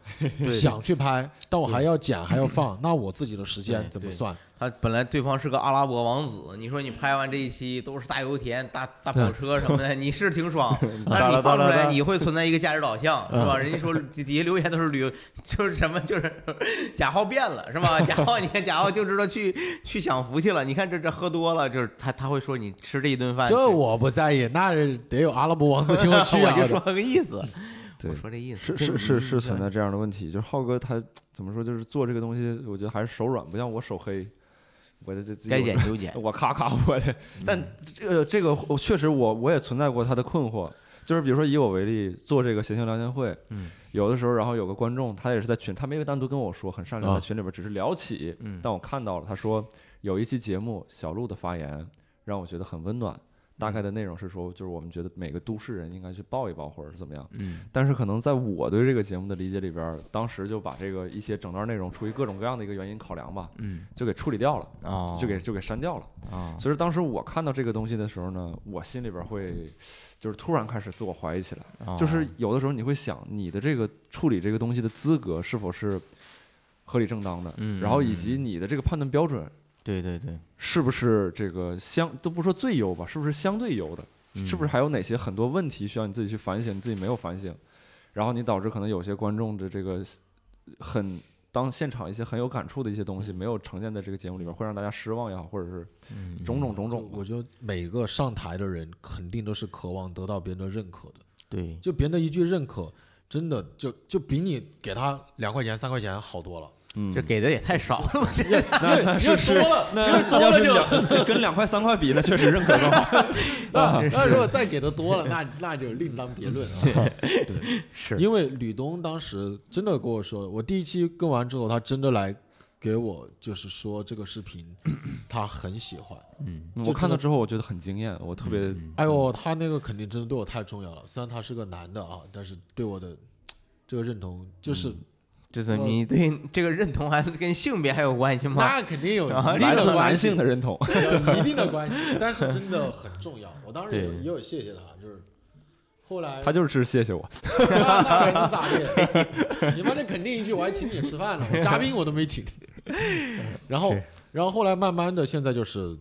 [SPEAKER 3] 想去拍，但我还要剪还要放，那我自己的时间
[SPEAKER 2] 对
[SPEAKER 3] 怎么
[SPEAKER 2] 对
[SPEAKER 3] 算？
[SPEAKER 2] 他本来对方是个阿拉伯王子，你说你拍完这一期都是大油田、大大跑车什么的，你是挺爽，但是你放出来你会存在一个价值导向，是
[SPEAKER 1] 嗯
[SPEAKER 2] 吧？人家说底底下留言都是旅，就是什么就是 贾浩变了，是吧？贾浩，你看贾浩就知道去去享福去了，你看这这喝多了，就是他他会说你吃这一顿饭，
[SPEAKER 3] 这我不在意，那得有阿拉伯王 子请去
[SPEAKER 2] 我
[SPEAKER 3] 啊！
[SPEAKER 2] 就说个意思，
[SPEAKER 1] 嗯对
[SPEAKER 2] 我，说这意思
[SPEAKER 1] 是是是是存在这样的问题，就是浩哥他怎么说，就是做这个东西，我觉得还是手软，不像我手黑，我这这这
[SPEAKER 2] 该减就减，
[SPEAKER 1] 我咔咔我去。
[SPEAKER 2] 嗯
[SPEAKER 1] 但这个这个我确实我我也存在过他的困惑，就是比如说以我为例做这个谐星聊天会，
[SPEAKER 2] 嗯
[SPEAKER 1] 有的时候然后有个观众他也是在群，他没有单独跟我说，很善良
[SPEAKER 3] 啊
[SPEAKER 1] 在群里边只是聊起，
[SPEAKER 2] 嗯
[SPEAKER 1] 但我看到了他说有一期节目小鹿的发言让我觉得很温暖。大概的内容是说，就是我们觉得每个都市人应该去抱一抱，或者是怎么样。
[SPEAKER 2] 嗯
[SPEAKER 1] 但是可能在我对这个节目的理解里边儿，当时就把这个一些整段内容出于各种各样的一个原因考量吧，
[SPEAKER 2] 嗯
[SPEAKER 1] 就给处理掉了，
[SPEAKER 2] 哦，
[SPEAKER 1] 就给就给删掉了。
[SPEAKER 2] 哦，
[SPEAKER 1] 所以当时我看到这个东西的时候呢，我心里边会就是突然开始自我怀疑起来，
[SPEAKER 2] 哦
[SPEAKER 1] 就是有的时候你会想，你的这个处理这个东西的资格是否是合理正当的，
[SPEAKER 2] 嗯
[SPEAKER 1] 然后以及你的这个判断标准
[SPEAKER 2] 对对对，
[SPEAKER 1] 是不是这个相都不说最优吧，是不是相对优的？是不是还有哪些很多问题需要你自己去反省，你自己没有反省，然后你导致可能有些观众的这个呃很当现场一些很有感触的一些东西没有呈现在这个节目里边，会让大家失望也好，或者是
[SPEAKER 2] 嗯
[SPEAKER 1] 种种种
[SPEAKER 3] 就
[SPEAKER 1] 种吧。
[SPEAKER 3] 我觉得每个上台的人肯定都是渴望得到别人的认可的，
[SPEAKER 2] 对
[SPEAKER 3] 就别人的一句认可，真的就就比你给他两块钱三块钱好多了。
[SPEAKER 1] 嗯
[SPEAKER 2] 这给的也太少了，我这
[SPEAKER 1] 那那是是，那要是两跟两块三块 比，那确实认可更好。
[SPEAKER 3] 那那如果再给的多了， 那那就另当别论啊。
[SPEAKER 2] 是
[SPEAKER 3] 因为吕东当时真的跟我说，我第一期跟完之后，他真的来给我就是说这个视 频他很喜欢。
[SPEAKER 2] 嗯
[SPEAKER 1] 嗯我看到之后，我觉得很惊艳，我特别
[SPEAKER 3] 哎呦，他那个肯定真的对我太重要了。虽然他是个男的啊，但是对我的这个认同就是
[SPEAKER 1] 嗯
[SPEAKER 2] 就是呃你对这个认同还是跟性别还有关系吗？
[SPEAKER 3] 那肯定有
[SPEAKER 2] 啊
[SPEAKER 3] 一定
[SPEAKER 1] 来
[SPEAKER 3] 的
[SPEAKER 1] 自
[SPEAKER 3] 关
[SPEAKER 1] 嗯男
[SPEAKER 3] 系
[SPEAKER 1] 性，的认同。
[SPEAKER 3] 有一定的关系，但是真的很重要。我当时也有
[SPEAKER 2] 对
[SPEAKER 3] 也有谢谢他，就是后来
[SPEAKER 1] 他就是吃谢谢我，
[SPEAKER 3] 那能咋的？你妈这肯定一句，我还请你吃饭了，我嘉宾我都没请。然后
[SPEAKER 2] 是，
[SPEAKER 3] 然后后来慢慢的，现在就是，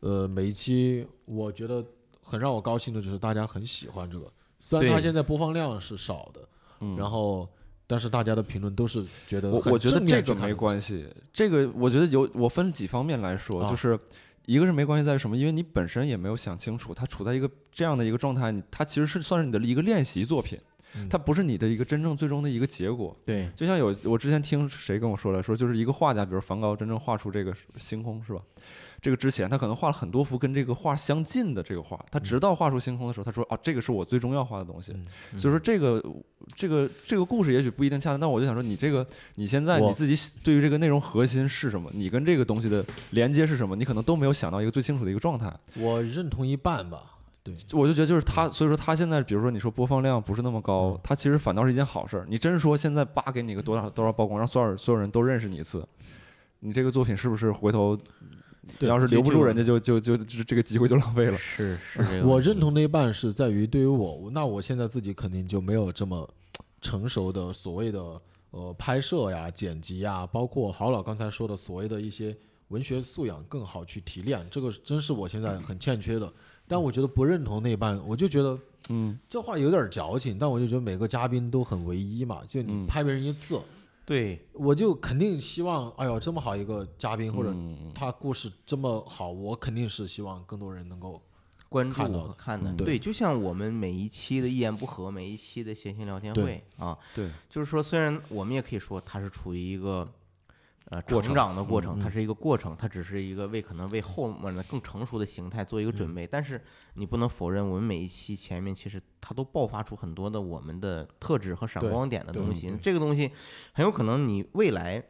[SPEAKER 3] 呃，每一期我觉得很让我高兴的就是大家很喜欢这个，虽然
[SPEAKER 2] 对
[SPEAKER 3] 它现在播放量是少的，
[SPEAKER 1] 嗯
[SPEAKER 3] 然后但是大家的评论都是觉得
[SPEAKER 1] 我
[SPEAKER 3] 很
[SPEAKER 1] 我觉得
[SPEAKER 3] 正
[SPEAKER 1] 这
[SPEAKER 3] 面
[SPEAKER 1] 个
[SPEAKER 3] 去看
[SPEAKER 1] 没
[SPEAKER 3] 的
[SPEAKER 1] 关系，这个我觉得有我分几方面来说，
[SPEAKER 3] 啊
[SPEAKER 1] 就是一个是没关系在于什么，因为你本身也没有想清楚，它处在一个这样的一个状态，你它其实是算是你的一个练习作品
[SPEAKER 3] 嗯，
[SPEAKER 1] 它不是你的一个真正最终的一个结果。
[SPEAKER 2] 对，
[SPEAKER 1] 就像有我之前听谁跟我说来说，就是一个画家，比如梵高，真正画出这个星空是吧？这个之前他可能画了很多幅跟这个画相近的这个画，他直到画出星空的时候，他说啊，这个是我最终要画的东西。
[SPEAKER 3] 嗯
[SPEAKER 1] 所以说这个这个这个故事也许不一定恰当，但我就想说，你这个你现在
[SPEAKER 3] 我
[SPEAKER 1] 你自己对于这个内容核心是什么，你跟这个东西的连接是什么，你可能都没有想到一个最清楚的一个状态。
[SPEAKER 3] 我认同一半吧，对，
[SPEAKER 1] 我就觉得就是他，所以说他现在，比如说你说播放量不是那么高，他其实反倒是一件好事儿。你真说现在叭给你个多少多少曝光，让所有人所有人都认识你一次，你这个作品是不是回头
[SPEAKER 3] 对
[SPEAKER 1] 要是留不
[SPEAKER 3] 就
[SPEAKER 1] 住人家就就就这这个机会就浪费了？
[SPEAKER 2] 是是这个，
[SPEAKER 3] 啊我认同的一半是在于对于我，那我现在自己肯定就没有这么成熟的所谓的呃拍摄呀、剪辑呀，包括郝老刚才说的所谓的一些文学素养更好去提炼，这个真是我现在很欠缺的。但我觉得不认同那一半，我就觉得
[SPEAKER 1] 嗯，
[SPEAKER 3] 这话有点矫情，但我就觉得每个嘉宾都很唯一嘛，就你
[SPEAKER 1] 嗯
[SPEAKER 3] 拍别人一次，
[SPEAKER 2] 对，
[SPEAKER 3] 我就肯定希望，哎呦，这么好一个嘉宾或者
[SPEAKER 1] 嗯
[SPEAKER 3] 他故事这么好，我肯定是希望更多人能够
[SPEAKER 2] 关注
[SPEAKER 3] 看到
[SPEAKER 2] 和
[SPEAKER 3] 的
[SPEAKER 2] 看的，
[SPEAKER 3] 嗯
[SPEAKER 2] 对，就像我们每一期的一言不合，每一期的闲心聊天会
[SPEAKER 3] 对
[SPEAKER 2] 啊，
[SPEAKER 1] 对，
[SPEAKER 2] 就是说，虽然我们也可以说它是处于一个呃
[SPEAKER 1] 过
[SPEAKER 2] 成
[SPEAKER 1] 程
[SPEAKER 2] 长的过程，
[SPEAKER 3] 嗯
[SPEAKER 2] 它是一个过程，它只是一个为可能为后面的更成熟的形态做一个
[SPEAKER 3] 嗯
[SPEAKER 2] 准备。但是你不能否认，我们每一期前面其实它都爆发出很多的我们的特质和闪
[SPEAKER 3] 对
[SPEAKER 2] 光点的
[SPEAKER 3] 对
[SPEAKER 2] 东西
[SPEAKER 3] 对。
[SPEAKER 2] 这个东西很有可能你未来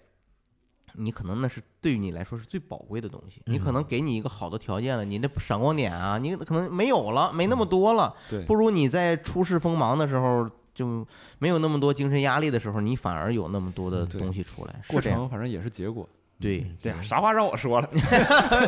[SPEAKER 2] 你可能那是对于你来说是最宝贵的东西。你
[SPEAKER 3] 嗯
[SPEAKER 2] 可能给你一个好的条件了，你那闪光点啊，你可能没有了，没那
[SPEAKER 3] 嗯
[SPEAKER 2] 么多了。
[SPEAKER 1] 对
[SPEAKER 2] 不如你在初试锋芒的时候就没有那么多精神压力的时候，你反而有那么多的
[SPEAKER 1] 嗯对
[SPEAKER 2] 东西出来。是
[SPEAKER 1] 过
[SPEAKER 2] 这样，
[SPEAKER 1] 程反正也是结果。
[SPEAKER 2] 对，
[SPEAKER 3] 嗯
[SPEAKER 1] 对呀，啥话让我说了，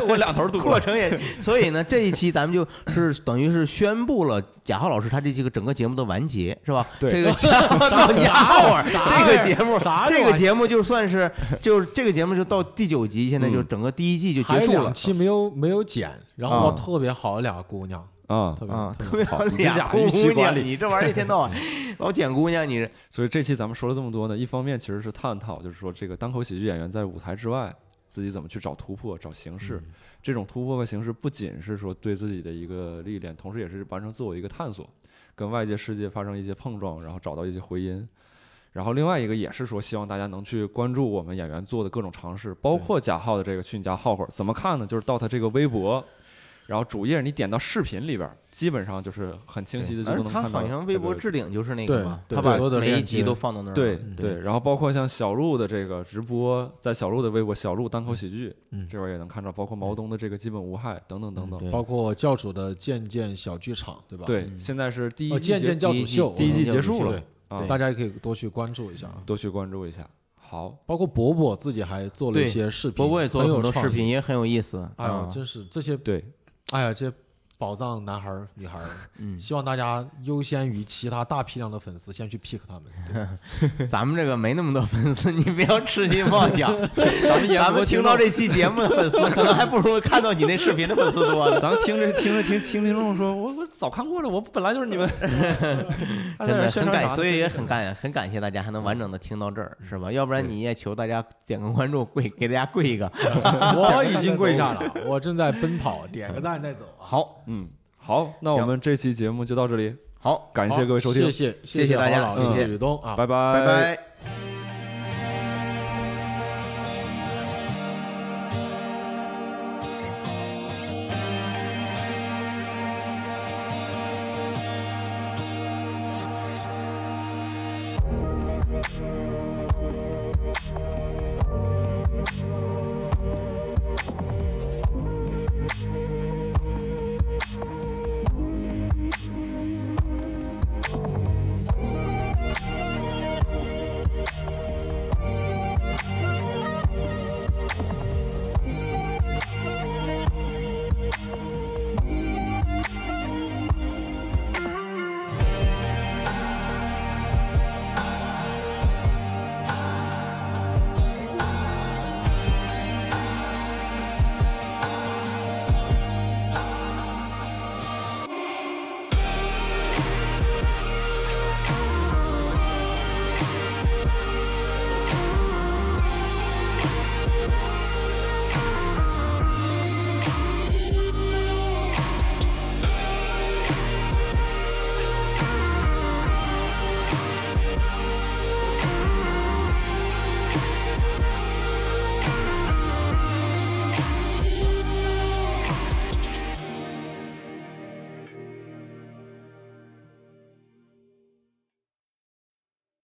[SPEAKER 1] 我两头堵
[SPEAKER 2] 过
[SPEAKER 1] 了。
[SPEAKER 2] 程也， 所以呢，这一期咱们就是等于是宣布了贾浩老师他这这个整个节目的完结，是吧？
[SPEAKER 1] 对
[SPEAKER 2] 这 个节目到
[SPEAKER 3] 啥
[SPEAKER 2] 家伙，
[SPEAKER 3] 啥
[SPEAKER 2] 这
[SPEAKER 3] 玩意
[SPEAKER 2] 个
[SPEAKER 3] 儿
[SPEAKER 2] 节目
[SPEAKER 3] 啥
[SPEAKER 2] 这
[SPEAKER 3] 玩意
[SPEAKER 2] 个
[SPEAKER 3] 儿
[SPEAKER 2] 节目就算是就是这个节目就到第九集，现在就
[SPEAKER 5] 嗯
[SPEAKER 2] 整个第一季就
[SPEAKER 3] 还
[SPEAKER 2] 结
[SPEAKER 3] 有
[SPEAKER 2] 束
[SPEAKER 3] 两
[SPEAKER 2] 了
[SPEAKER 3] 期没有没有剪，然后
[SPEAKER 2] 啊
[SPEAKER 3] 哇特别好，两个姑娘
[SPEAKER 1] 啊，
[SPEAKER 3] 特别
[SPEAKER 2] 啊，
[SPEAKER 3] 特
[SPEAKER 2] 特别好，
[SPEAKER 1] 你这
[SPEAKER 2] 俩
[SPEAKER 1] 俩
[SPEAKER 2] 姑
[SPEAKER 1] 预期
[SPEAKER 2] 娘，
[SPEAKER 1] 管理
[SPEAKER 2] 你这玩意儿一天到晚老捡姑娘，你这
[SPEAKER 1] 所以这期咱们说了这么多呢，一方面其实是探讨，就是说这个单口喜剧演员在舞台之外自己怎么去找突破、找形式。
[SPEAKER 2] 嗯
[SPEAKER 1] 这种突破和形式不仅是说对自己的一个历练，同时也是完成自我一个探索，跟外界世界发生一些碰撞，然后找到一些回音。然后另外一个也是说，希望大家能去关注我们演员做的各种尝试，包括贾浩的这个去你家耗会儿，怎么看呢？就是到他这个微博。然后主页你点到视频里边儿，基本上就是很清晰的就
[SPEAKER 2] 而
[SPEAKER 1] 能
[SPEAKER 2] 且
[SPEAKER 1] 看
[SPEAKER 2] 他
[SPEAKER 1] 到。
[SPEAKER 2] 好像微博置顶就是那个
[SPEAKER 3] 对
[SPEAKER 2] 嘛，
[SPEAKER 3] 对
[SPEAKER 2] 他把
[SPEAKER 3] 所有的
[SPEAKER 2] 每一
[SPEAKER 3] 链
[SPEAKER 2] 集
[SPEAKER 3] 接
[SPEAKER 2] 都放到那儿了，
[SPEAKER 1] 对
[SPEAKER 2] 对，
[SPEAKER 1] 然后包括像小鹿的这个直播，在小鹿的微博“小鹿单口喜剧”
[SPEAKER 3] 嗯
[SPEAKER 1] 这边也能看到，包括毛东的这个基本无害等等等等。
[SPEAKER 2] 嗯对
[SPEAKER 3] 包括教主的渐渐小剧场，对吧？，
[SPEAKER 1] 对，现在是第一
[SPEAKER 3] 哦，
[SPEAKER 1] 季
[SPEAKER 3] 渐
[SPEAKER 1] 结
[SPEAKER 3] 渐教
[SPEAKER 2] 第一
[SPEAKER 3] 主
[SPEAKER 2] 季
[SPEAKER 3] 秀，
[SPEAKER 1] 第一季
[SPEAKER 2] 教
[SPEAKER 1] 结
[SPEAKER 2] 主
[SPEAKER 1] 束
[SPEAKER 2] 秀
[SPEAKER 1] 了
[SPEAKER 3] 对，
[SPEAKER 1] 啊，
[SPEAKER 3] 大家也可以多去关注一下啊。
[SPEAKER 1] 多去关注一下。好，
[SPEAKER 3] 包括伯伯自己还做了一
[SPEAKER 2] 对
[SPEAKER 3] 些视频，
[SPEAKER 2] 波波也做了
[SPEAKER 3] 很
[SPEAKER 2] 很
[SPEAKER 3] 有
[SPEAKER 2] 多
[SPEAKER 3] 创
[SPEAKER 2] 视频，
[SPEAKER 3] 意。
[SPEAKER 2] 也很有意 思，
[SPEAKER 3] 哎呀
[SPEAKER 2] 啊，
[SPEAKER 3] 真是这些，
[SPEAKER 1] 对，
[SPEAKER 3] 哎呀，这些宝藏男孩儿、女孩儿，
[SPEAKER 2] 嗯。
[SPEAKER 3] 希望大家优先于其他大批量的粉丝先去 pick 他们。 对
[SPEAKER 2] 咱们这个没那么多粉丝，你不要痴心妄 想。
[SPEAKER 1] 咱们
[SPEAKER 2] 咱
[SPEAKER 1] 严
[SPEAKER 2] 们
[SPEAKER 1] 博
[SPEAKER 2] 听到，这期节目的粉丝，可能还不如看到你那视频的粉丝 多呢。
[SPEAKER 1] 咱们听着听着听听听众说，我我早看过了，我本来就是你们，还在
[SPEAKER 2] 真
[SPEAKER 1] 这
[SPEAKER 2] 的
[SPEAKER 1] 宣传
[SPEAKER 2] 很感，
[SPEAKER 1] 啥
[SPEAKER 2] 所以也很感很感谢大家还能
[SPEAKER 1] 嗯
[SPEAKER 2] 完整的听到这儿，是吧？要不然你也求大家点个关注，跪给大家跪一个。
[SPEAKER 3] 我已经跪下了， 我正在奔跑，点个赞再走啊。
[SPEAKER 2] 好，
[SPEAKER 1] 嗯，好，那我们这期节目就到这里，
[SPEAKER 2] 好，
[SPEAKER 1] 感谢各位收听
[SPEAKER 3] 谢，谢
[SPEAKER 2] 谢谢大家
[SPEAKER 3] 郝老师
[SPEAKER 2] 谢谢
[SPEAKER 3] 吕东啊，
[SPEAKER 1] 拜拜
[SPEAKER 2] 拜拜。
[SPEAKER 3] 拜。